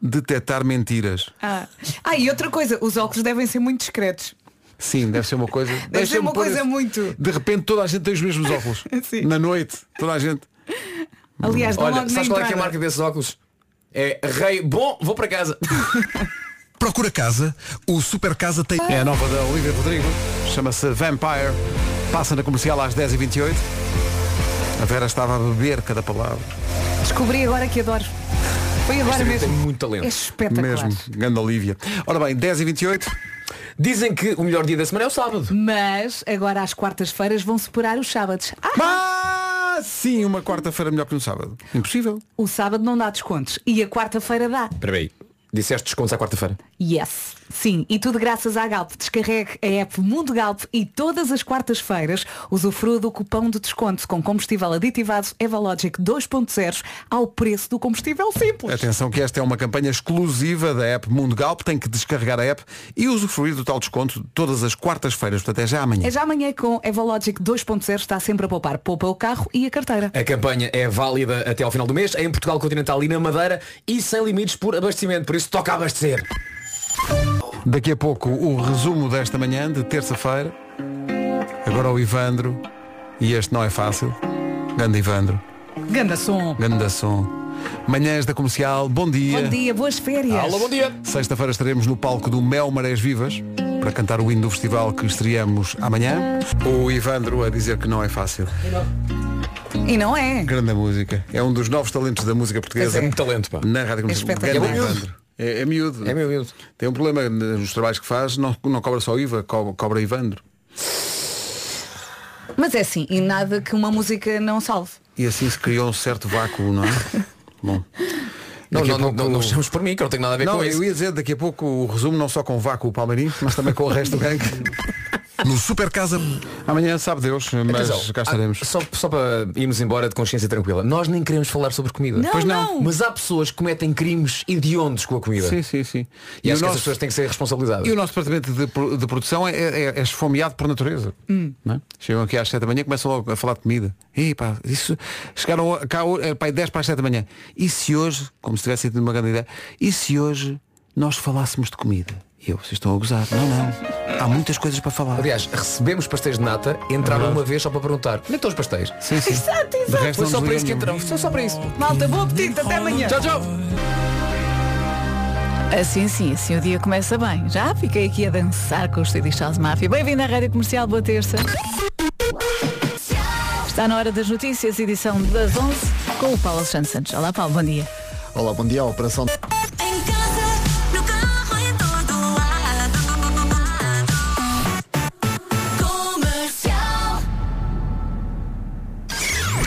S1: detectar mentiras.
S4: Ah. Ah, e outra coisa, os óculos devem ser muito discretos.
S1: Sim, deve ser uma coisa.
S4: Deve ser
S1: Deixa-me
S4: uma
S1: pôr
S4: coisa
S1: esse-
S4: muito.
S1: De repente toda a gente tem os mesmos óculos.
S4: Sim.
S1: Na noite, toda a gente.
S4: Aliás, dá
S7: Olha,
S4: logo na
S7: sabes qual é, que é a
S4: entrada.
S7: marca desses óculos? É rei. Bom, vou para casa.
S1: Procura casa, o Super Casa tem. É a nova da Olivia Rodrigo, chama-se Vampire. Passa na comercial às 10h28. A Vera estava a beber cada palavra.
S4: Descobri agora que adoro. Foi agora mesmo. É espetacular.
S1: Mesmo, grande Olivia. Ora bem, 10h28.
S7: Dizem que o melhor dia da semana é o sábado.
S4: Mas agora às quartas-feiras vão separar os sábados. Ah,
S1: Mas sim, uma quarta-feira melhor que um sábado. Impossível.
S4: O sábado não dá descontos. E a quarta-feira dá.
S7: Espera aí. Disseste descontos à quarta-feira.
S4: Yes. Sim, e tudo graças à Galp. Descarregue a app Mundo Galp e todas as quartas-feiras usufrua do cupom de desconto com combustível aditivado Evalogic 2.0 ao preço do combustível simples.
S1: Atenção que esta é uma campanha exclusiva da app Mundo Galp. Tem que descarregar a app e usufruir do tal desconto todas as quartas-feiras. Portanto, é já amanhã.
S4: É já amanhã com Evalogic 2.0 está sempre a poupar. Poupa o carro e a carteira.
S7: A campanha é válida até ao final do mês, É em Portugal Continental e na Madeira e sem limites por abastecimento, por isso toca abastecer.
S1: Daqui a pouco o resumo desta manhã de terça-feira. Agora o Ivandro. E este não é fácil. Grande Ivandro.
S4: Ganda som.
S1: Ganda som. Manhãs da comercial. Bom dia.
S4: Bom dia, boas férias.
S1: Sexta-feira estaremos no palco do Mel Marés Vivas para cantar o hino do festival que estreamos amanhã. O Ivandro a dizer que não é fácil.
S4: E não é.
S1: Grande música. É um dos novos talentos da música portuguesa.
S7: É muito talento, pá.
S1: Na Rádio Comercial.
S7: espetacular.
S1: Grande
S7: É miúdo.
S1: Ivandro. É, é miúdo. É miúdo. Tem um problema nos trabalhos que faz, não, não cobra só IVA, cobra, cobra Ivandro.
S4: Mas é assim, e nada que uma música não salve.
S1: E assim se criou um certo vácuo, não é? Bom.
S7: Não,
S1: Daqui a
S7: não,
S1: pouco-
S7: não, não, não estamos por mim, que eu não tenho nada a ver
S1: Não,
S7: com
S1: eu
S7: isso.
S1: ia dizer daqui a pouco o resumo não só com o vácuo Palmeirinho, mas também com o resto do gangue. No Super Casa. Amanhã sabe Deus, mas
S7: Atenção,
S1: cá estaremos.
S7: há- Só, só para irmos embora de consciência tranquila. Nós nem queremos falar sobre comida.
S1: Não, Pois não. não.
S7: Mas há pessoas que cometem crimes hediondos com a comida.
S1: Sim, sim, sim.
S7: E,
S1: E
S7: acho
S1: o nosso-
S7: que essas pessoas têm que ser responsabilizadas.
S1: E o nosso departamento de, pro- de produção é, é, é esfomeado por natureza.
S7: Hum.
S1: não é? Chegam aqui às 7 da manhã e começam logo a falar de comida. E pá, isso, chegaram a- cá é, pá, 10 para as 7 da manhã. E se hoje, como se tivesse tido uma grande ideia, e se hoje nós falássemos de comida? E eu, vocês estão a gozar. Não, não. Há muitas coisas para falar.
S7: Aliás, recebemos pastéis de nata, entraram uma vez só para perguntar. Onde é que estão os pastéis?
S1: Sim, sim.
S4: Exato,
S7: É De
S4: exato.
S7: resto, Foi não só para desligam isso que nenhum. entramos. Foi só para isso.
S4: Malta, bom apetite, até amanhã.
S7: Tchau, tchau.
S19: Assim sim, assim o dia começa bem. Já fiquei aqui a dançar com os CD Charles Mafia. Bem-vindo à Rádio Comercial, boa terça. Está na hora das notícias, edição das 11, com o Paulo Alexandre Santos. Olá Paulo, bom dia.
S20: Olá, bom dia. A operação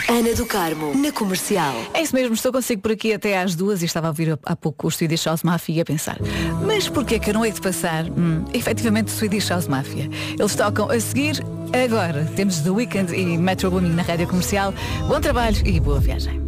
S21: Ana do Carmo, na comercial.
S4: É isso mesmo, estou consigo por aqui até às duas e estava a ouvir há pouco o Swedish House Mafia e a pensar, mas porquê que eu não hei de passar, hum, efetivamente, Swedish House Mafia? Eles tocam a seguir, agora. Temos The Weeknd e Metro Booming na rádio comercial. Bom trabalho e boa viagem.